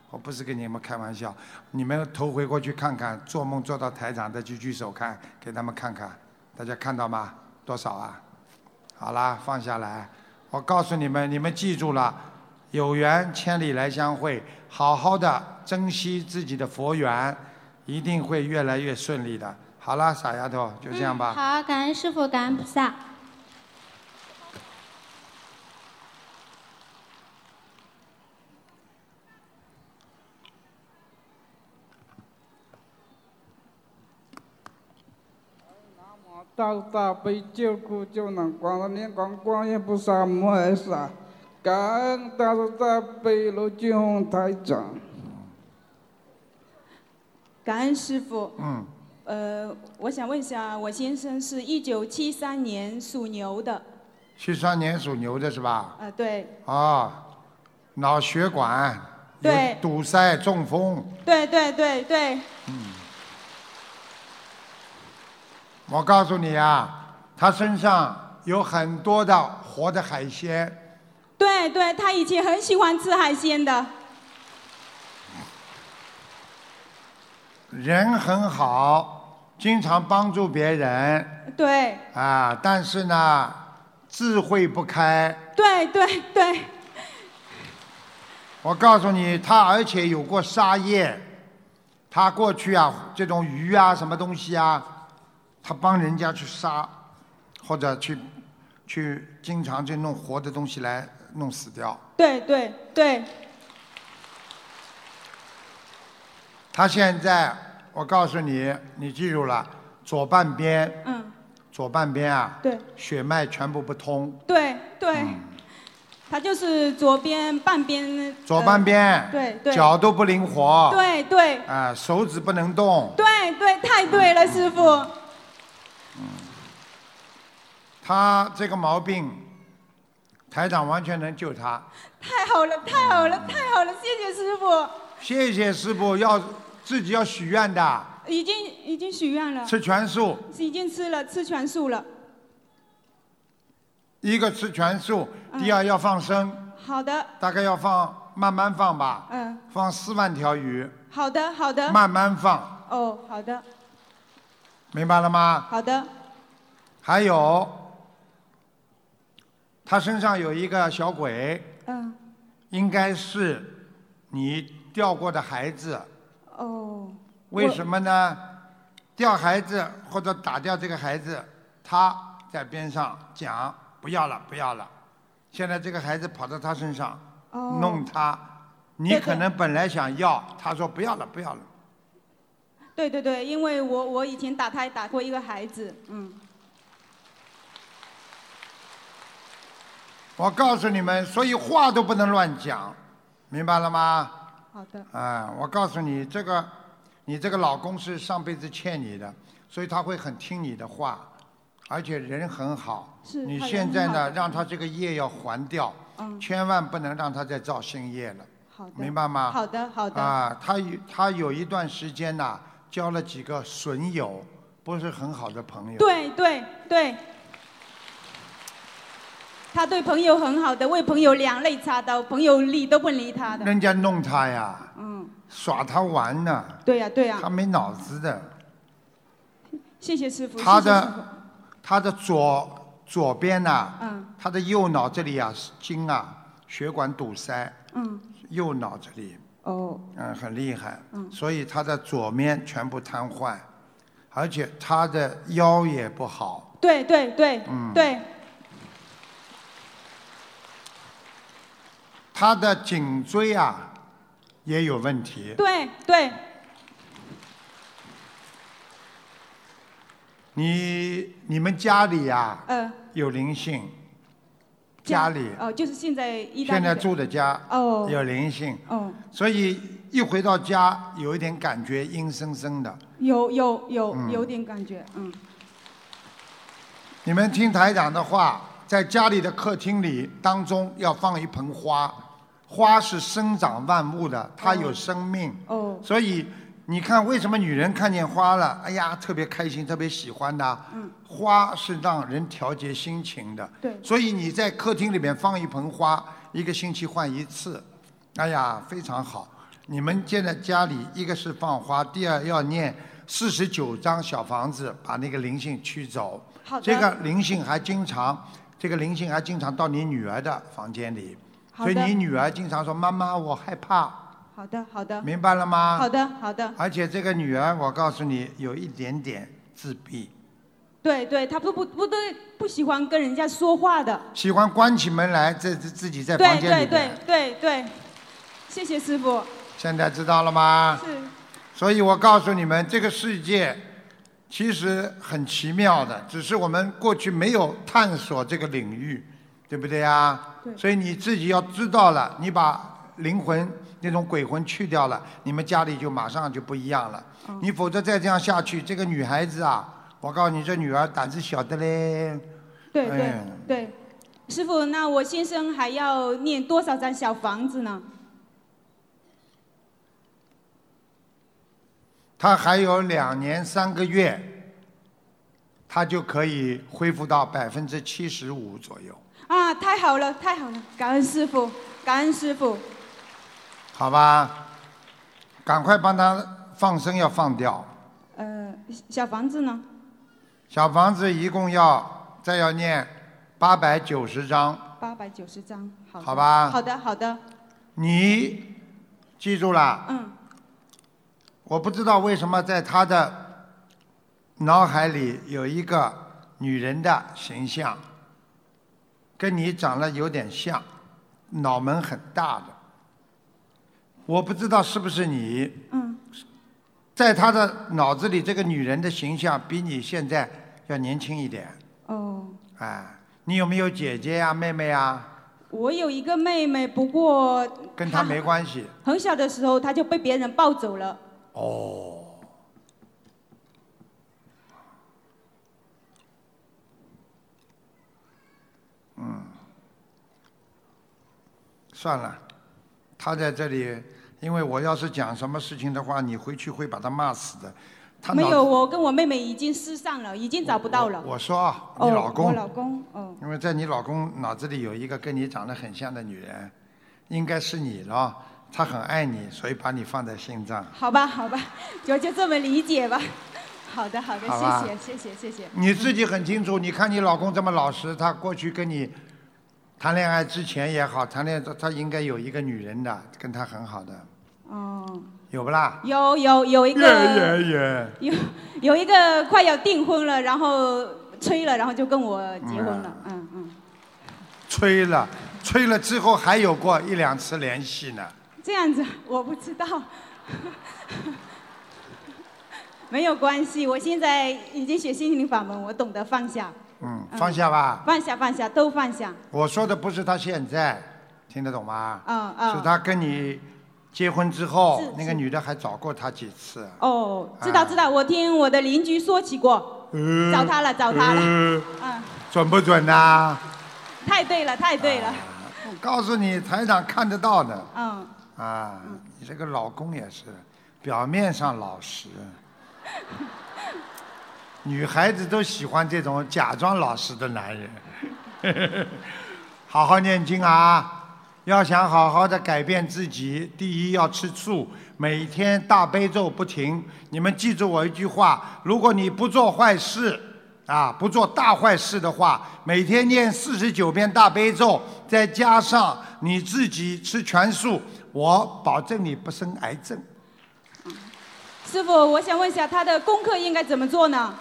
我不是跟你们开玩笑，你们头回过去看看，做梦做到台长的举举手看，给他们看看，大家看到吗？多少啊？好啦，放下来。我告诉你们，你们记住了，有缘千里来相会，好好的珍惜自己的佛缘，一定会越来越顺利的。好啦，傻丫头，就这样吧。嗯好，感恩师傅，感恩菩萨。大大悲救苦救难广大灵光观音菩萨摩诃萨，感恩大慈大悲卢俊宏台长。感恩师傅。嗯。呃，我想问一下，我先生是一九七三年属牛的，七三年属牛的是吧？呃，对，哦，脑血管有对堵塞、中风。对对对对，我告诉你啊，他身上有很多的活的海鲜，对对，他以前很喜欢吃海鲜的，人很好，经常帮助别人对啊，但是呢，智慧不开。对对对我告诉你，他而且有过杀业，他过去啊，这种鱼啊，什么东西啊，他帮人家去杀，或者去去经常就弄活的东西来弄死掉。对对对，他现在，我告诉你，你记住了，左半边，嗯，左半边啊，对血脉全部不通，对对，嗯他就是左边半边，左半边呃，对对脚都不灵活，呃，，对对啊、手指不能动。对对，太对了，师傅，他这个毛病，台长完全能救他。太好了，太好了，太好了，谢谢师傅，谢谢师傅，要自己要许愿的，已经已经许愿了，吃全素，已经吃了，吃全素了。一个吃全素，嗯第二要放生，好的，大概要放慢慢放吧，嗯，放四万条鱼，好的，好的，慢慢放，哦，好的，明白了吗？好的，还有，他身上有一个小鬼，嗯，应该是你掉过的孩子，哦，为我什么呢？掉孩子或者打掉这个孩子，他在边上讲不要了，不要了。现在这个孩子跑到他身上，哦弄他，你对对可能本来想要，他说不要了，不要了。对对对，因为我我以前打胎打过一个孩子，嗯，我告诉你们，所以话都不能乱讲，明白了吗？好的，啊、我告诉你，这个你这个老公是上辈子欠你的，所以他会很听你的话，而且人很好。是你他人现在很好呢，的让他这个业要还掉，嗯千万不能让他再造新业了，好的，明白吗？好的，好的，啊，他有他有一段时间呐、交了几个损友，不是很好的朋友。对对对，他对朋友很好的，为朋友两肋插刀，朋友理都不理他的，人家弄他呀，嗯，耍他玩呢，对呀、对呀、他没脑子的。谢谢师傅，他谢谢师的他的左左边呐、傅，嗯他的右脑这里啊，是筋啊，血管堵塞，嗯，右脑这里，哦，嗯，很厉害，嗯所以他的左面全部瘫痪，而且他的腰也不好，对对对嗯，对，他的颈椎啊也有问题。对对，你你们家里呀、呃，有灵性，家里哦，就是现在意大现利在住的家哦有灵性，哦，所以一回到家有一点感觉阴森森的。有有有嗯有点感觉，嗯，你们听台长的话，在家里的客厅里当中要放一盆花，花是生长万物的，它有生命。哦，所以你看，为什么女人看见花了，哎呀，特别开心，特别喜欢的？啊嗯，花是让人调节心情的。对所以你在客厅里面放一盆花，一个星期换一次，哎呀，非常好。你们现在家里一个是放花，第二要念四十九张小房子，把那个灵性驱走。好的这个灵性还经常，这个灵性还经常到你女儿的房间里，好所的以你女儿经常说：“妈妈，我害怕。”好的好的，明白了吗？好的好的，而且这个女儿，我告诉你，有一点点自闭，对对，他不不不对，不喜欢跟人家说话的，喜欢关起门来自自自己在房对间对里对面。对对，谢谢师傅，现在知道了吗？是，所以我告诉你们，这个世界其实很奇妙的，只是我们过去没有探索这个领域，对不对呀？对所以你自己要知道了，你把灵魂那种鬼魂去掉了，你们家里就马上就不一样了。嗯你否则再这样下去，这个女孩子啊，我告诉你，这女儿胆子小的嘞。对对哎对，师傅，那我先生还要念多少张小房子呢？他还有两年三个月，他就可以恢复到百分之七十五左右，啊，太好了，太好了，感恩师傅，感恩师傅，好吧？赶快帮他放生，要放掉。呃，小房子呢？小房子一共要再要念八百九十章，八百九十张，好的，好吧好的，好的，你记住了。嗯。我不知道为什么在他的脑海里有一个女人的形象，跟你长得有点像，脑门很大的。我不知道是不是你，嗯，在他的脑子里，这个女人的形象比你现在要年轻一点。哦，哎，你有没有姐姐呀、妹妹呀、我有一个妹妹，不过跟她没关系。很小的时候她就被别人抱走了。哦。嗯，算了，他在这里，因为我要是讲什么事情的话，你回去会把他骂死的。他没脑有，我跟我妹妹已经失散了，已经找不到了。我说啊，哦，你老公，我老公，哦，因为在你老公脑子里有一个跟你长得很像的女人，应该是你了。他很爱你，所以把你放在心上。好吧，好吧，就就这么理解吧。 好的，好的，好吧谢谢，谢谢，谢谢。你自己很清楚，你看你老公这么老实，他过去跟你谈恋爱之前也好，谈恋爱他应该有一个女人的，跟他很好的，哦，有不啦？有有有一耶个耶耶！有有一个快要订婚了，然后催了，然后就跟我结婚了。嗯嗯，吹了，吹了之后还有过一两次联系呢。这样子我不知道， 没有关系，我现在已经学心灵法门，我懂得放下，嗯，放下吧。放下，放下，都放下。我说的不是他现在，听得懂吗？嗯嗯是他跟你结婚之后是，那个女的还找过他几次。哦，知啊道知道，我听我的邻居说起过，呃哦找他了找他了呃嗯，准不准呐、太对了，太对了，我告诉你，台长看得到的。嗯，啊，你这个老公也是，表面上老实，女孩子都喜欢这种假装老实的男人。好好念经啊！要想好好的改变自己，第一要吃素，每天大悲咒不停。你们记住我一句话：如果你不做坏事，啊，不做大坏事的话，每天念四十九遍大悲咒，再加上你自己吃全素，我保证你不生癌症。师傅，我想问一下，他的功课应该怎么做呢？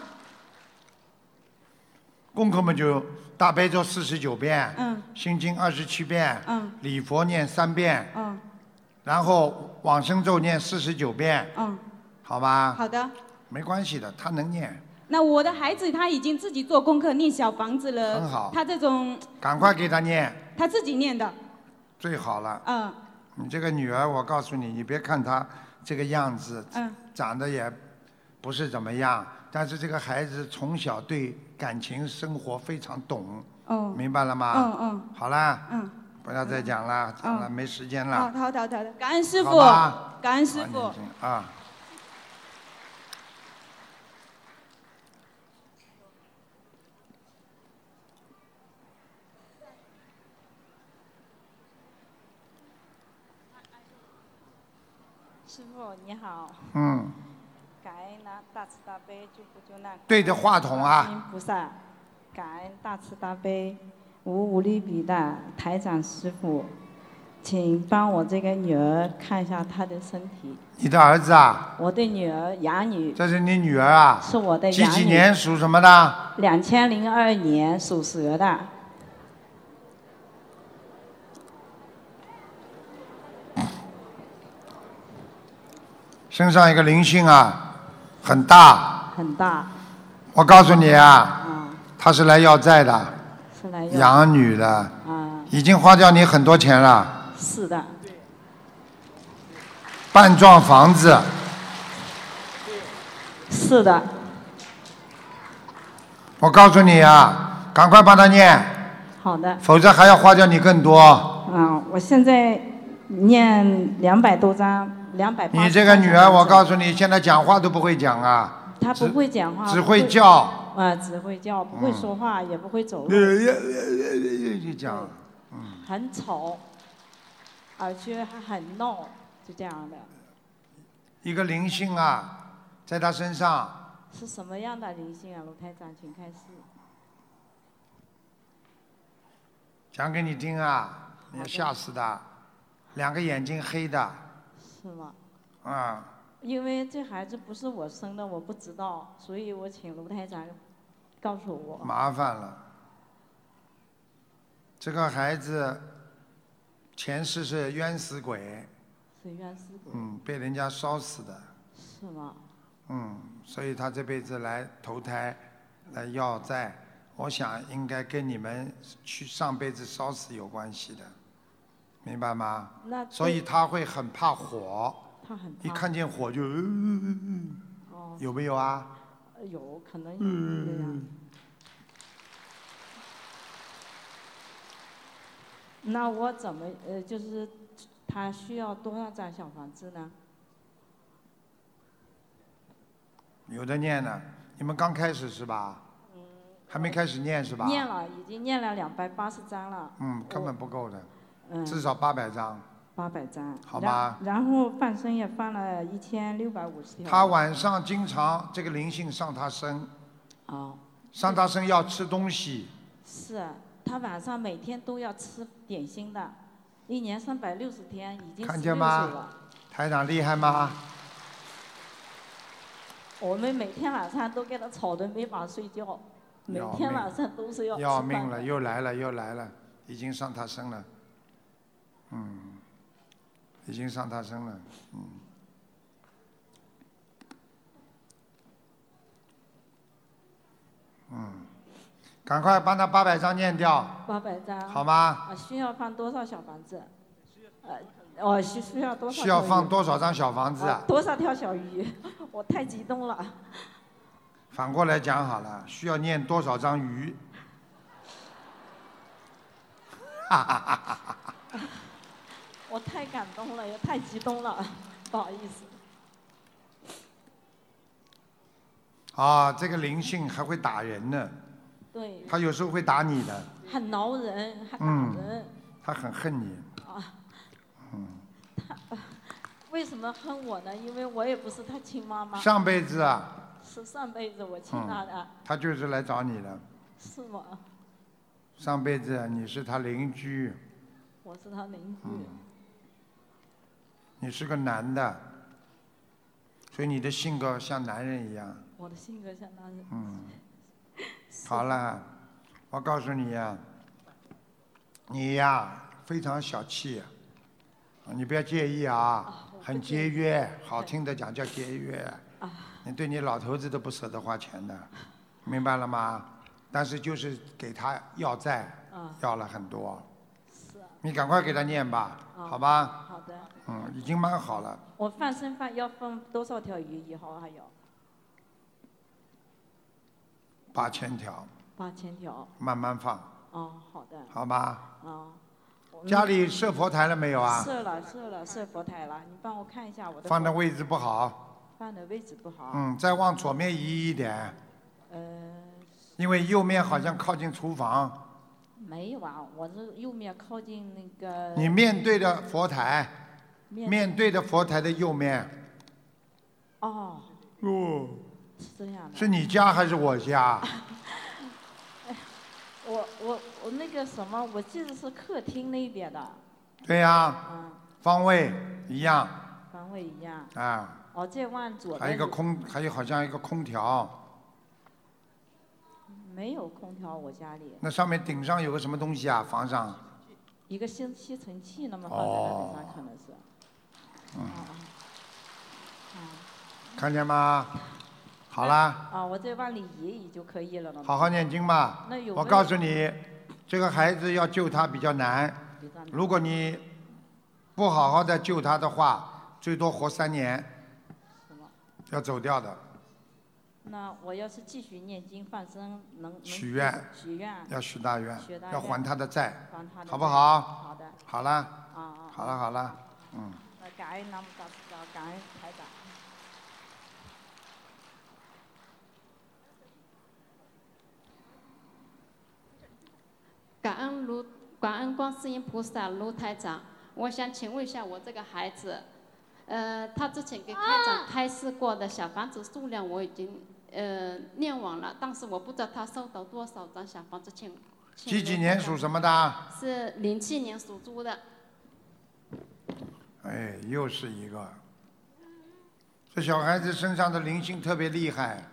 功课嘛就大悲咒四十九遍，嗯心经二十七遍，嗯礼佛念三遍，嗯然后往生咒念四十九遍，嗯，好吧？好的。没关系的，他能念，那我的孩子他已经自己做功课念小房子了，很好他这种赶快给他念他自己念的，最好了。嗯你这个女儿，我告诉你，你别看她这个样子，嗯长得也不是怎么样，但是这个孩子从小对感情生活非常懂，哦，明白了吗？嗯嗯好啦，嗯，不要再讲了，讲了没时间好了。的好的好的，感恩师傅好吧，感恩师好傅你，啊。师傅你好，嗯，感恩呢大慈大悲救苦救难。对着话筒啊观世音菩萨，感恩大慈大悲无无力比的台长师傅，请帮我这个女儿看一下她的身体。你的儿子啊，我的女儿哑女，这是你女儿啊？是我的几哑几女年属什么的？两千零二年属蛇的。身上一个灵性啊，很大。很大。我告诉你啊，她是来要债的，是来要养女的，啊，已经花掉你很多钱了，是的，半幢房子，是的，我告诉你啊，赶快帮她念，好的。否则还要花掉你更多。啊，我现在念两百多张，两百。你这个女儿，我告诉你，现在讲话都不会讲啊，她不会讲话，只不会叫，啊，只会叫，不会嗯说话，也不会走路，就讲。很丑，而且还很闹，就这样的。一个灵性啊，在她身上。是什么样的灵性啊，卢台长，请开始。讲给你听啊，你要吓死的，两个眼睛黑的，是吗？啊、因为这孩子不是我生的，我不知道，所以我请卢台长告诉我。麻烦了。这个孩子前世是冤死鬼，是冤死鬼，嗯，被人家烧死的，是吗？嗯，所以他这辈子来投胎来要债，我想应该跟你们去上辈子烧死有关系的，明白吗？那对所以他嗯会很怕火，他很一怕看见火就，呃嗯哦，有没有啊？呃有可能有这样。嗯，那我怎么呃，就是他需要多少张小房子呢？有的念呢。你们刚开始是吧？还没开始念是吧？念了，已经念了两百八十张了，嗯，根本不够的，嗯，至少八百张。八百张，好然吧然后放生也放了一千六百五十条。他晚上经常这个灵性上他身，哦，上他身要吃东西，是啊他晚上每天都要吃点心的，一年三百六十天，已经看16见岁吗了。？台长厉害吗？我们每天晚上都给他吵得没法睡觉，每要天命晚上都是要吃要饭命的了，又来了，又来了，已经上他身了，嗯，已经上他身了，嗯。嗯，赶快帮他八百张念掉，八百张，好吗？啊，需要放多少小房子？呃，哦，需需要多少？需要放多少？张小房子啊？多少条小鱼？ 我太激动了。反过来讲好了，需要念多少张鱼？ 哈哈哈哈哈！我太感动了，也太激动了，不好意思。啊，这个灵性还会打人呢，对，他有时候会打你的，很挠人，还打嗯人、他很恨你。啊！嗯，为什么恨我呢？因为我也不是他亲妈妈。上辈子嗯啊，是上辈子我亲他的，他就是来找你的。是吗？啊上辈子你是他邻居，我是他邻居。嗯，你是个男的，所以你的性格像男人一样。我的性格像男人。嗯，好了，我告诉你呀、你呀、非常小气、啊你不要介意啊，很节约，好听的讲叫节约。你对你老头子都不舍得花钱的，明白了吗？但是就是给他要债，啊要了很多。你赶快给他念吧，好吧？啊好的，嗯，已经蛮好了。我放生放要放多少条鱼？以后还有八千条，八千条。慢慢放，哦，好的。好吧？啊，我们家里设佛台了没有啊？设了设了设佛台了，你帮我看一下我的放的佛位置不好，放的位置不好。嗯，再往左面移一点，呃，因为右面好像靠近厨房，没有啊，我是右面靠近那个。你面对的佛台，面面对的佛台的右面，哦，哦，是这样的。是你家还是我家？ 我我我那个什么，我记得是客厅那一边的，对呀、嗯，方位一样方位一样。啊，哦，再往左边。还有一个。空，还有好像一个空调，没有空调，我家里那上面顶上有个什么东西啊？房上，一个吸吸尘器那么放在那哦顶上，可能是。哦嗯，啊看见吗？好啦。啊，我再往里移移就可以了呢。好好念经吧那有。没我有告诉你，这个孩子要救他比较难。如果你不好好的救他的话，最多活三年，要走掉的。那我要是继续念经放生，能能许愿许愿要许大愿许大要还他的债还他的好不债好好的，好啦啊啊，好了好了，嗯，呃感恩南无大慈大悲感恩台长。感恩卢，感恩观世音菩萨卢台长，我想请问一下我这个孩子，呃，他之前给台长开示过的小房子数量我已经呃念完了，但是我不知道他收到多少张小房子，请请几几卢年台长属什么的？是零七年属猪的，哎，又是一个。这小孩子身上的灵性特别厉害，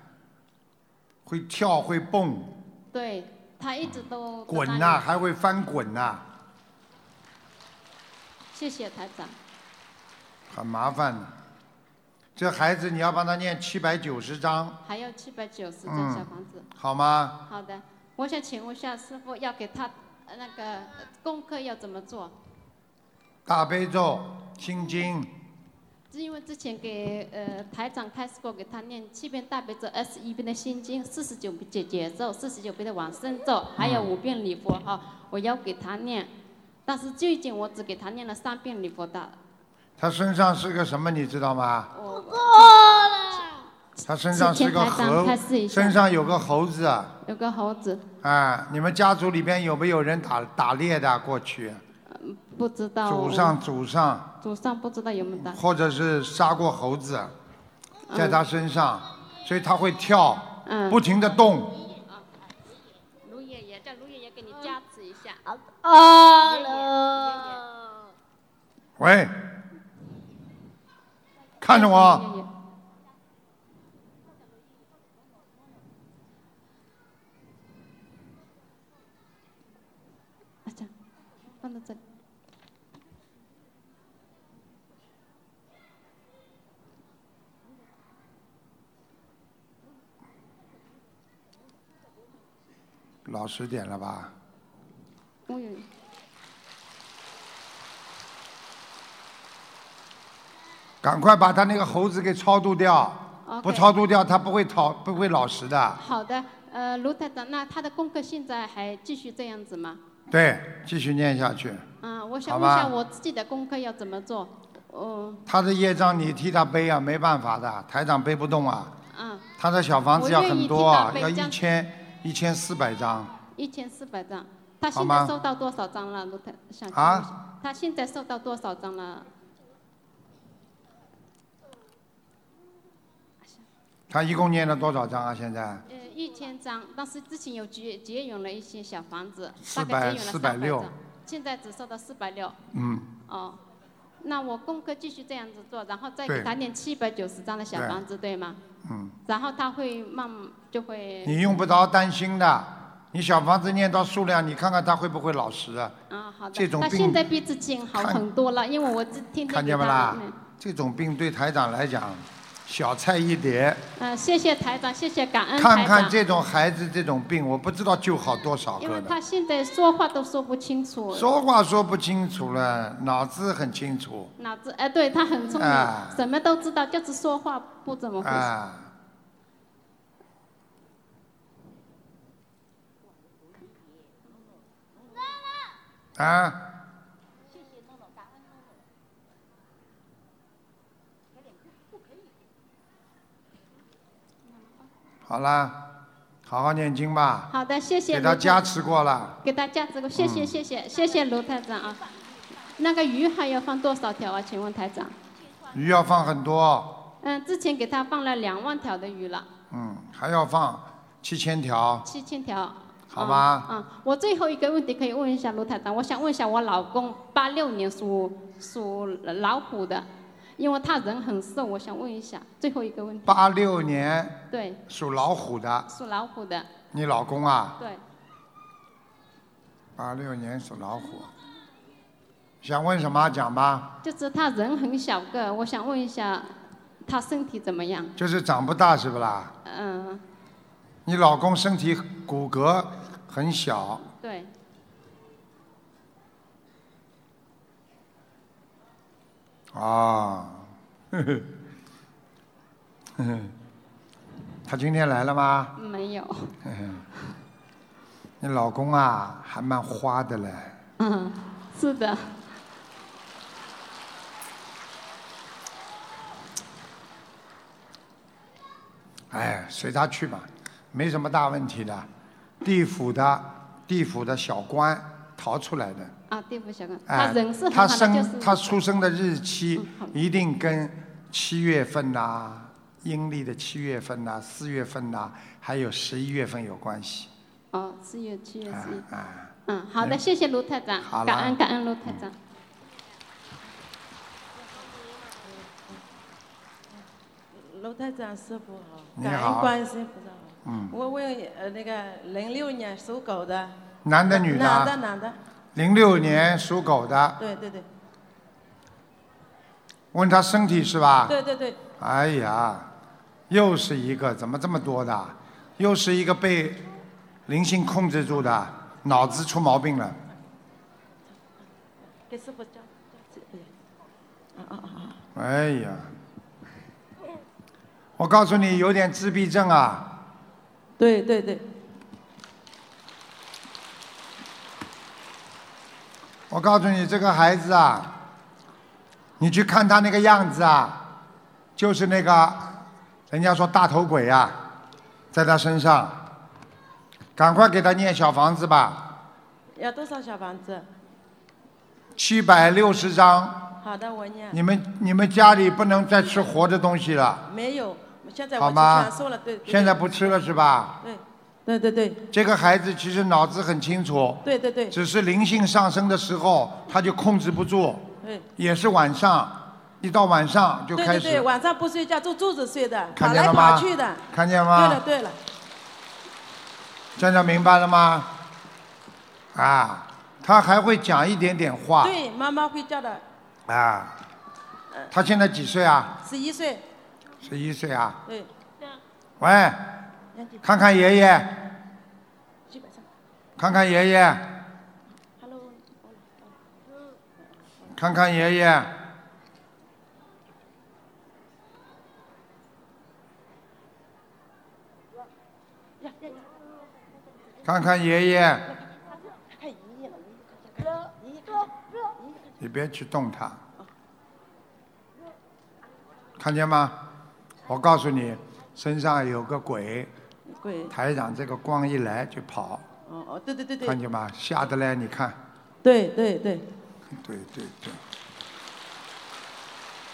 会跳会蹦，对他一直都滚在那里呐、还会翻滚呐、谢谢台长，很麻烦的。这孩子你要帮他念七百九十章，还有七百九十张嗯小房子。好吗？好的，我想请问一下师傅，要给他呃那个呃功课要怎么做？大悲咒、心经，是因为之前给呃台长开始过，给他念七遍大悲咒，二十一遍的心经，四十九遍解结咒，四十九遍的往生咒，还有五遍礼佛哈、我要给他念。但是最近我只给他念了三遍礼佛的，他身上是个什么你知道吗？我他身上是个请台长猴开示一，下身上有个猴子啊！有个猴子，哎你们家族里边有没有人打打猎的？啊过去不知道祖上祖上，祖上不知道有没有打，或者是杀过猴子，在他身上，所以他会跳，嗯不停的动。卢爷爷叫卢爷爷给你加持一下。啊爷爷喂，看着嗯我，啊，这样，放到这里。嗯老实点了吧？我有。赶快把他那个猴子给超度掉 OK 不超度掉他不会讨不会老实的。好的，呃，卢台长，那他的功课现在还继续这样子吗？对，继续念下去。啊，我好想问一吧下我自己的功课要怎么做？哦，他的业障你替他背啊，没办法的，台长背不动啊。嗯，他的小房子要很多啊我，要愿一意替他背千一千四百张一千四百张，他好现吗在收到多少张了？卢台想请问一下啊，他现在收到多少张了？他一共念了多少张啊？现在呃，一千张，但是之前有结结缘了一些小房子，四大概百结缘了四三百百六张，，现在只收到四百六。嗯，哦，那我功课继续这样子做，然后再对给他念七百九十张的小对房子，对吗？嗯，然后他会慢就会。你用不着担心的。你小房子念到数量，你看看他会不会老实啊？啊，好的。这种他病现在比之前好很多了，因为我这天天看给见不他啦嗯？这种病对台长来讲，小菜一碟。嗯，谢谢台长，谢谢感恩台看长。看这种孩子这种病，我不知道救好多少因个为呢。他现在说话都说不清楚，说话说不清楚了，脑子很清楚脑子哎，对他很聪明，啊什么都知道，就是说话不怎么会。啊。啊，好啦，好好念经吧，好的，谢谢给卢他台加持过了。给大家这个，谢谢嗯谢谢谢谢卢台长啊。那个鱼还要放多少条啊？请问台长？鱼要放很多，嗯，之前给他放了两万条的鱼了，嗯，还要放七千条，七千条。好吗？嗯，我最后一个问题可以问一下卢台长，我想问一下我老公，八六年属属老虎的，因为他人很瘦，我想问一下最后一个问题。八六年对，属老虎的，属老虎的，你老公啊？对，八六年属老虎，想问什么讲吧，就是他人很小个，我想问一下他身体怎么样？就是长不大是不啦？嗯，你老公身体骨骼很小，对，啊， 呵呵，呵呵，他今天来了吗？ 没有，呵呵，你老公啊，还蛮花的嘞。嗯，是的，哎，随他去吧，没什么大问题的。地府的地府的小官逃出来的，啊，对不起，小哥，哎，他人是很他好的，就生是嗯他出生的日期一定跟七月份呐、阴历的七月份呐、四月份呐、还有十一月份有关系。哦，四月七月十一，啊，嗯，好的，嗯谢谢卢台长好，啦感恩感恩卢台长。楼台长师傅好，你感好恩观世音菩萨好。嗯我问呃那个零六年属狗的，男的啊女男的的？男的，零六年属狗的，对对对，问他身体是吧？对对对，哎呀，又是一个，怎么这么多的？又是一个被灵性控制住的，脑子出毛病了。给师傅叫，叫哎啊啊啊啊！哎呀，我告诉你，有点自闭症啊。对对对。我告诉你，这个孩子啊，你去看他那个样子啊，就是那个人家说大头鬼啊，在他身上。赶快给他念小房子吧，要多少小房子？七百六十张。好的，我念。你们你们家里不能再吃活的东西了，没有，现在我好去吗传授了，对。对现在不吃了是吧？对对对对。这个孩子其实脑子很清楚，对对对只是灵性上升的时候他就控制不住，对。也是晚上，一到晚上就对开对始，对，晚上不睡觉，就柱子睡的，看跑见来了跑吗去的。看见对了吗？对了，现在明白了吗？啊，他还会讲一点点话对，妈妈会叫的，啊。他现在几岁啊？十一岁，十一岁啊。对。喂，看看爷爷，基本上看看爷爷。 ，Hello，看看爷爷。看看爷爷，你别去动他，看见吗？我告诉你，身上有个鬼，鬼，台长这个光一来就跑，哦哦，对对对看对，见吗？吓得嘞，你看，对对对，对对对，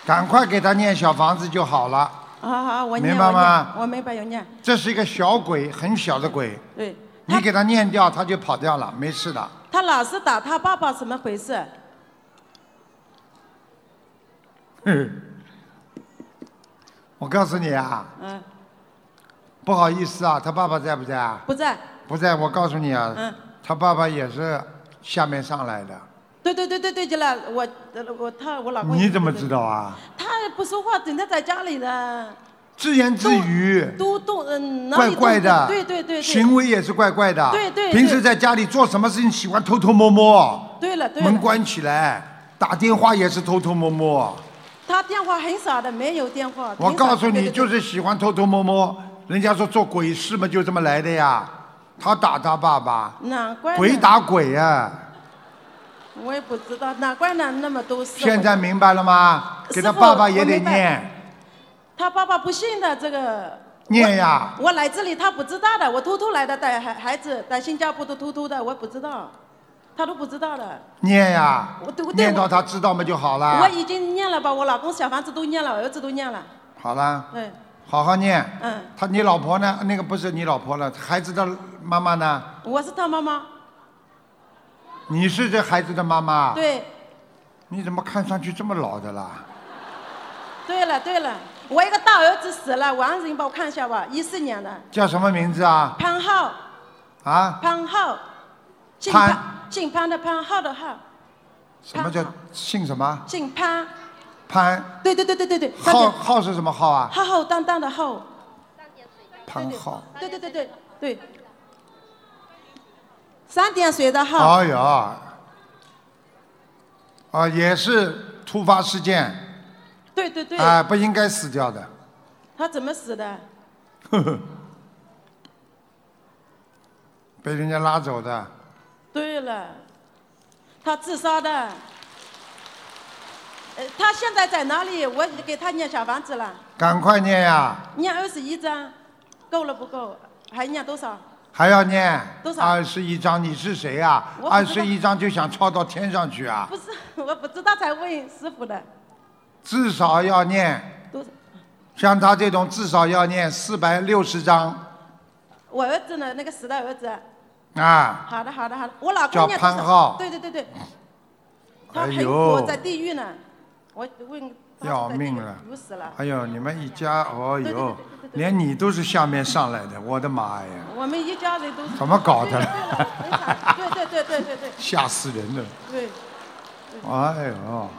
赶快给他念小房子就好了。好好好，我念，明白吗我念我明白有念，这是一个小鬼，很小的鬼，对你给他念掉，他就跑掉了， 没事的。他老是打他爸爸，怎么回事？嗯我告诉你啊，嗯，不好意思啊，他爸爸在不在啊？不在，不在，我告诉你啊，嗯，他爸爸也是下面上来的，对对对对对，就了，我呃我他我老公你怎么知道啊？他不说话，整天在家里呢，自言自语，都动嗯哪怪里都怪的，对对对，对行为也是怪怪的，对对对平时在家里做什么事情喜欢偷偷摸摸，对了对门了，关起来，打电话也是偷偷摸摸。他电话很少的，没有电话。我挺少告诉的你，就是喜欢偷偷摸摸，人家说做鬼事嘛，就这么来的呀。他打他爸爸，难怪呢鬼打鬼啊呀、我也不知道，难怪呢那么多事。现在明白了吗？给他师傅爸爸也我得明白念他爸爸不信的这个。念呀。我来这里他不知道的，我偷偷来的，带孩孩子带新加坡都偷偷的，我也不知道，他都不知道的。念呀我对我，对念我到他知道嘛就好我了。已经念了吧，我老公小房子都念了，儿子都念了，好了，嗯好好念。嗯，他你老婆呢？那个不是你老婆了，孩子的妈妈呢？我是他妈妈，你是这孩子的妈妈？。对你怎么看上去这么老的啦？对了对了，我一个大儿子死了，王仁宝看一下吧，一四年的，叫什么名字啊？潘浩啊？潘浩，姓潘潘姓潘的潘，浩的浩，什么叫姓什么？姓潘，潘对对对对对对，他浩就浩是什么浩啊？浩浩荡荡的浩，潘浩。对对对对对，三点水的浩，哎呦，啊，也是突发事件，对对对，啊，不应该死掉的。 他怎么死的？呵呵，被人家拉走的，对了，他自杀的。呃，他现在在哪里？我给他念小房子了，赶快念呀，念二十一章，够了不够？还念多少？还要念多少二十一章。你是谁呀、我二不知道十一章就想抄到天上去啊？不是， 我不知道，才问师傅的。至少要念，多少？像他这种至少要念四百六十章我儿子呢？那个死的儿子。啊。好的，好的，好的。我老叫公念多少潘浩对对对对，他哎很苦，呦在，地狱呢。我问要命了！苦死了。哎呦，你们一家，哦呦，连你都是下面上来的，我的妈呀，我们一家人都是怎么搞的？ 对对对对对对吓死人了！对。哎呦，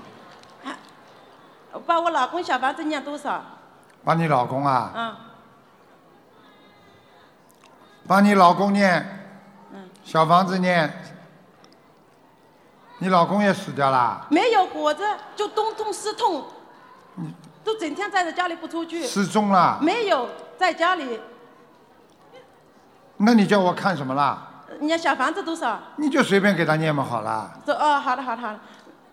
我把我老公小房子念多少？啊帮你老公啊，啊，帮你老公念嗯，小房子念，你老公也死掉啦，没有果子就东痛西痛，都整天在这家里不出去。失踪啊啦，没有在家里，那你叫我看什么啦？你家小房子多少？你就随便给他念嘛，好啦。说哦，好的好的好的。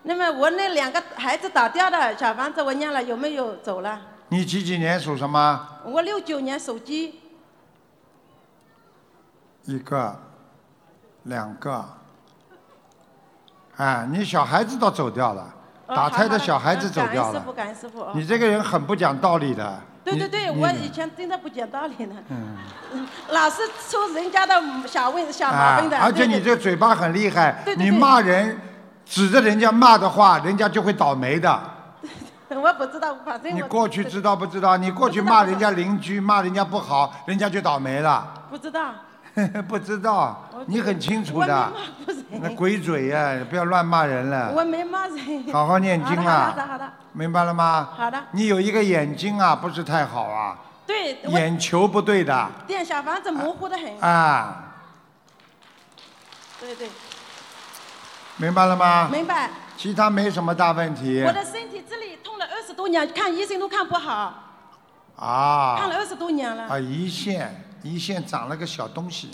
那么我那两个孩子打掉的小房子我念了，有没有走了？你几几年属什么？我六九年手机一个，两个，哎，你小孩子倒走掉了，哦打胎好的小孩子走好掉的感恩师傅，了。感恩师傅哦。你这个人很不讲道理的。对对对，你我以前真的不讲道理呢，嗯。 老是出人家的小问小毛啊病的。，而且对对你这嘴巴很厉害对，对你对骂人，指着人家骂的话，人家就会倒霉的。 我不知道，反正我你过去知道不知道？你过去骂人家邻居，骂人家不好，人家就倒霉了。 不知道，不知道我，你很清楚我没的骂。过人，那鬼嘴呀、不要乱骂人了。我没骂人。好好念经啊好的，好的，好的，明白了吗？好的。你有一个眼睛啊，不是太好啊，对，我眼球不对的店小房子模糊的很。啊，对对，明白了吗？明白。其他没什么大问题我的身体这里痛了二十多年，看医生都看不好，啊看了二十多年了。啊，胰腺胰腺长了个小东西，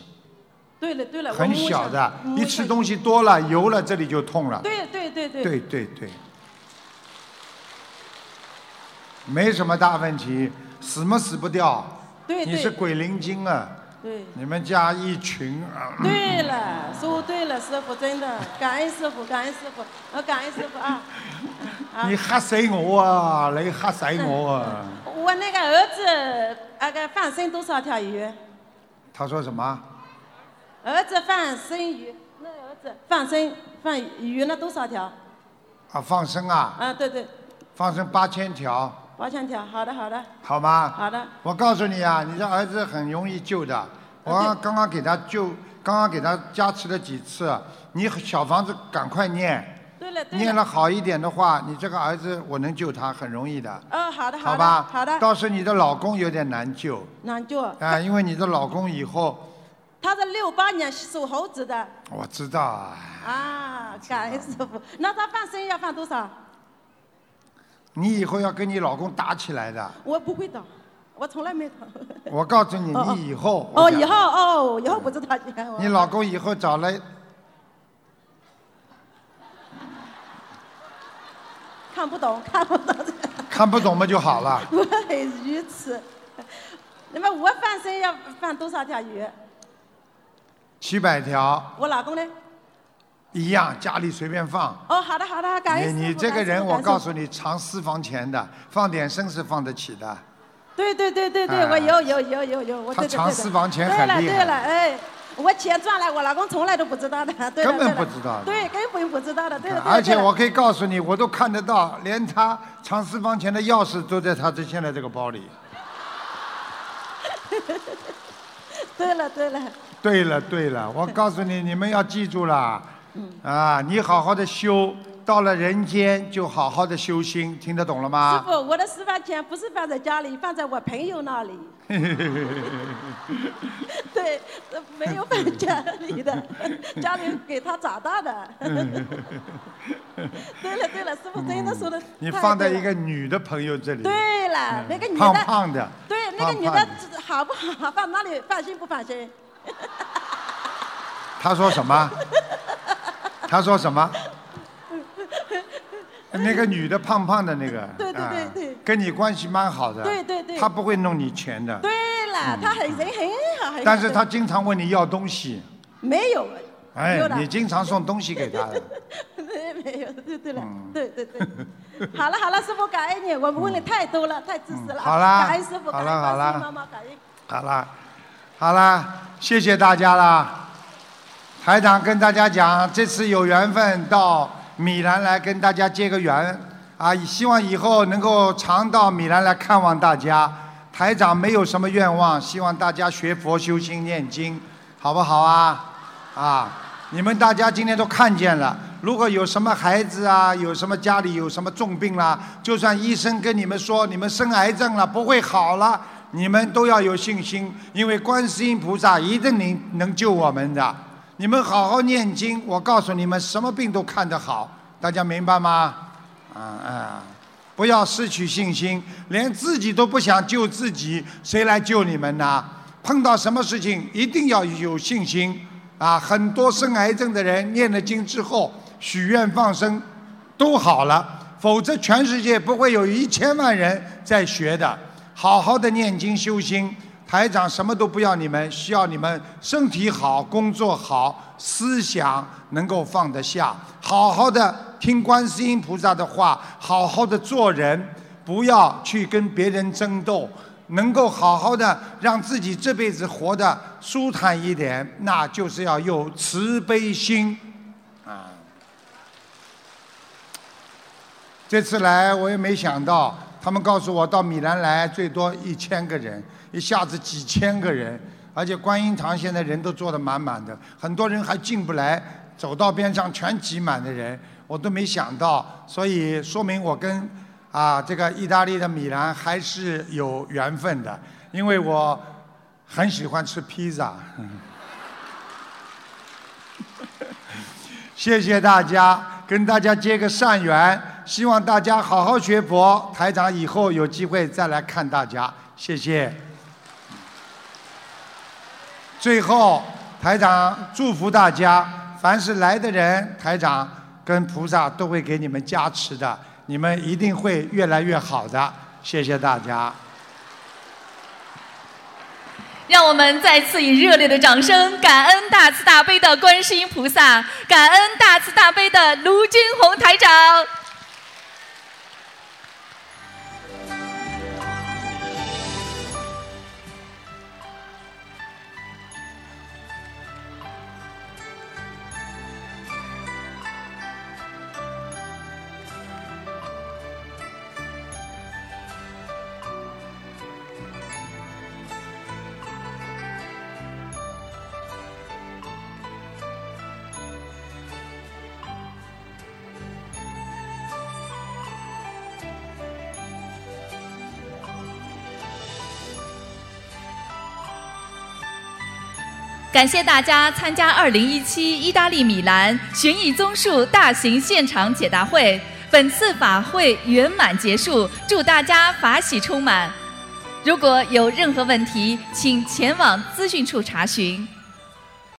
对了呃对了，我很摸一下小的，摸一一吃下东西多了油了，这里就痛了。对对对对。对对对没什么大问题，死么死不掉。对你是对鬼灵精啊，对。你们家一群啊。对了，说对了，师傅真的，感恩师傅，感恩师傅，我感恩师傅啊！你吓死我啊！你吓死我 啊！我那个儿子那个放生多少条鱼？他说什么？儿子放生鱼，那儿子放生放鱼了多少条？啊，放生啊！啊，对对，放生八千条，八千条，好的好的好吗？好的。我告诉你啊，你这儿子很容易救的。我呃刚刚刚给他救，刚刚给他加持了几次。啊你小房子赶快念，对了对念了好一点的话，你这个儿子我能救他，很容易的，嗯，好的好的吧？好的。倒是你的老公有点难救难救，啊，因为你的老公以后他是六八年属猴子的我知道啊，啊，感恩师傅。那他放生要放多少？你以后要跟你老公打起来的。我不会的，我从来没打。我告诉你，哦哦你以后哦，以后哦，以后不知道你看我。你老公以后找了看不懂，看不懂，看不懂嘛就好了。我很愚痴。那么我放生要放多少条鱼？七百条我老公呢？一样，家里随便放。哦，好的好的，感你恩师你父这个人，我告诉。感恩师父感恩师父你，藏私房钱的，放点生是放得起的。对对对对对，哎我有有有有有，我他对对对藏对私房钱很厉对了害对了，哎，我钱赚了，我老公从来都不知道的，对了根本对了不知道的对，根本不知道的，对了。对了而且对了我可以告诉你，我都看得到，连他藏私房钱的钥匙都在他这现在这个包里。 对了对了，对了对了，我告诉你，你们要记住了，嗯啊，你好好的修，到了人间就好好的修心，听得懂了师吗？傅，我的私房钱不是放在家里，放在我朋友那里， 对，呃没有放家 里的，家里给他长大的。 对了对了，师傅真的说的，嗯你放在一个女的朋友这里，嗯对了，那个女的胖胖的，对，那个女胖的胖好不好？ 放哪里？放心不放心？他说什么？他说什么？那个女的胖胖的那个，对对对啊对跟你关系蛮好的，对对对他不会弄你钱的，嗯对了，啊她很人很好，很好啊但是他经常问你要东西，没有，啊哎有，的你经常送东西给他的， 没没有，对对了，嗯对对对。好了好了，师傅感恩你，我们问的太多了，太自私了嗯啊。好啦感恩师好傅，感啦恩好啦观世音妈妈，感恩。好啦，好啦，谢谢大家啦。台长跟大家讲，这次有缘分到米兰来跟大家结个缘啊，希望以后能够常到米兰来看望大家。台长没有什么愿望，希望大家学佛修心念经，好不好啊？啊，你们大家今天都看见了。如果有什么孩子啊，有什么家里有什么重病啦、就算医生跟你们说你们生癌症了，不会好了，你们都要有信心，因为观世音菩萨一定能能救我们的。你们好好念经，我告诉你们，什么病都看得好，大家明白吗？啊啊，不要失去信心，连自己都不想救自己，谁来救你们呢？碰到什么事情一定要有信心啊！很多生癌症的人念了经之后，许愿放生都好了，否则全世界不会有一千万人在学的。好好的念经修心，台长什么都不要你们，需要你们身体好、工作好、思想能够放得下，好好的听观世音菩萨的话，好好的做人，不要去跟别人争斗。能够好好的让自己这辈子活得舒坦一点，那就是要有慈悲心。啊，这次来我也没想到，他们告诉我到米兰来最多一千个人，一下子几千个人，而且观音堂现在人都坐得满满的，很多人还进不来，走道边上全挤满的人，我都没想到，所以说明我跟啊这个意大利的米兰还是有缘分的，因为我很喜欢吃披萨。谢谢大家，跟大家结个善缘，希望大家好好学佛。台长以后有机会再来看大家，谢谢。最后，台长祝福大家，凡是来的人，台长跟菩萨都会给你们加持的，你们一定会越来越好的。谢谢大家。让我们再次以热烈的掌声，感恩大慈大悲的观世音菩萨，感恩大慈大悲的卢军红台长。 Hãy subscribe cho kênh Ghiền Mì Gõ Để không bỏ lỡ 感谢大家参加2017意大利米兰寻艺综述大型现场解答会，本次法会圆满结束，祝大家法喜充满。如果有任何问题，请前往资讯处查询。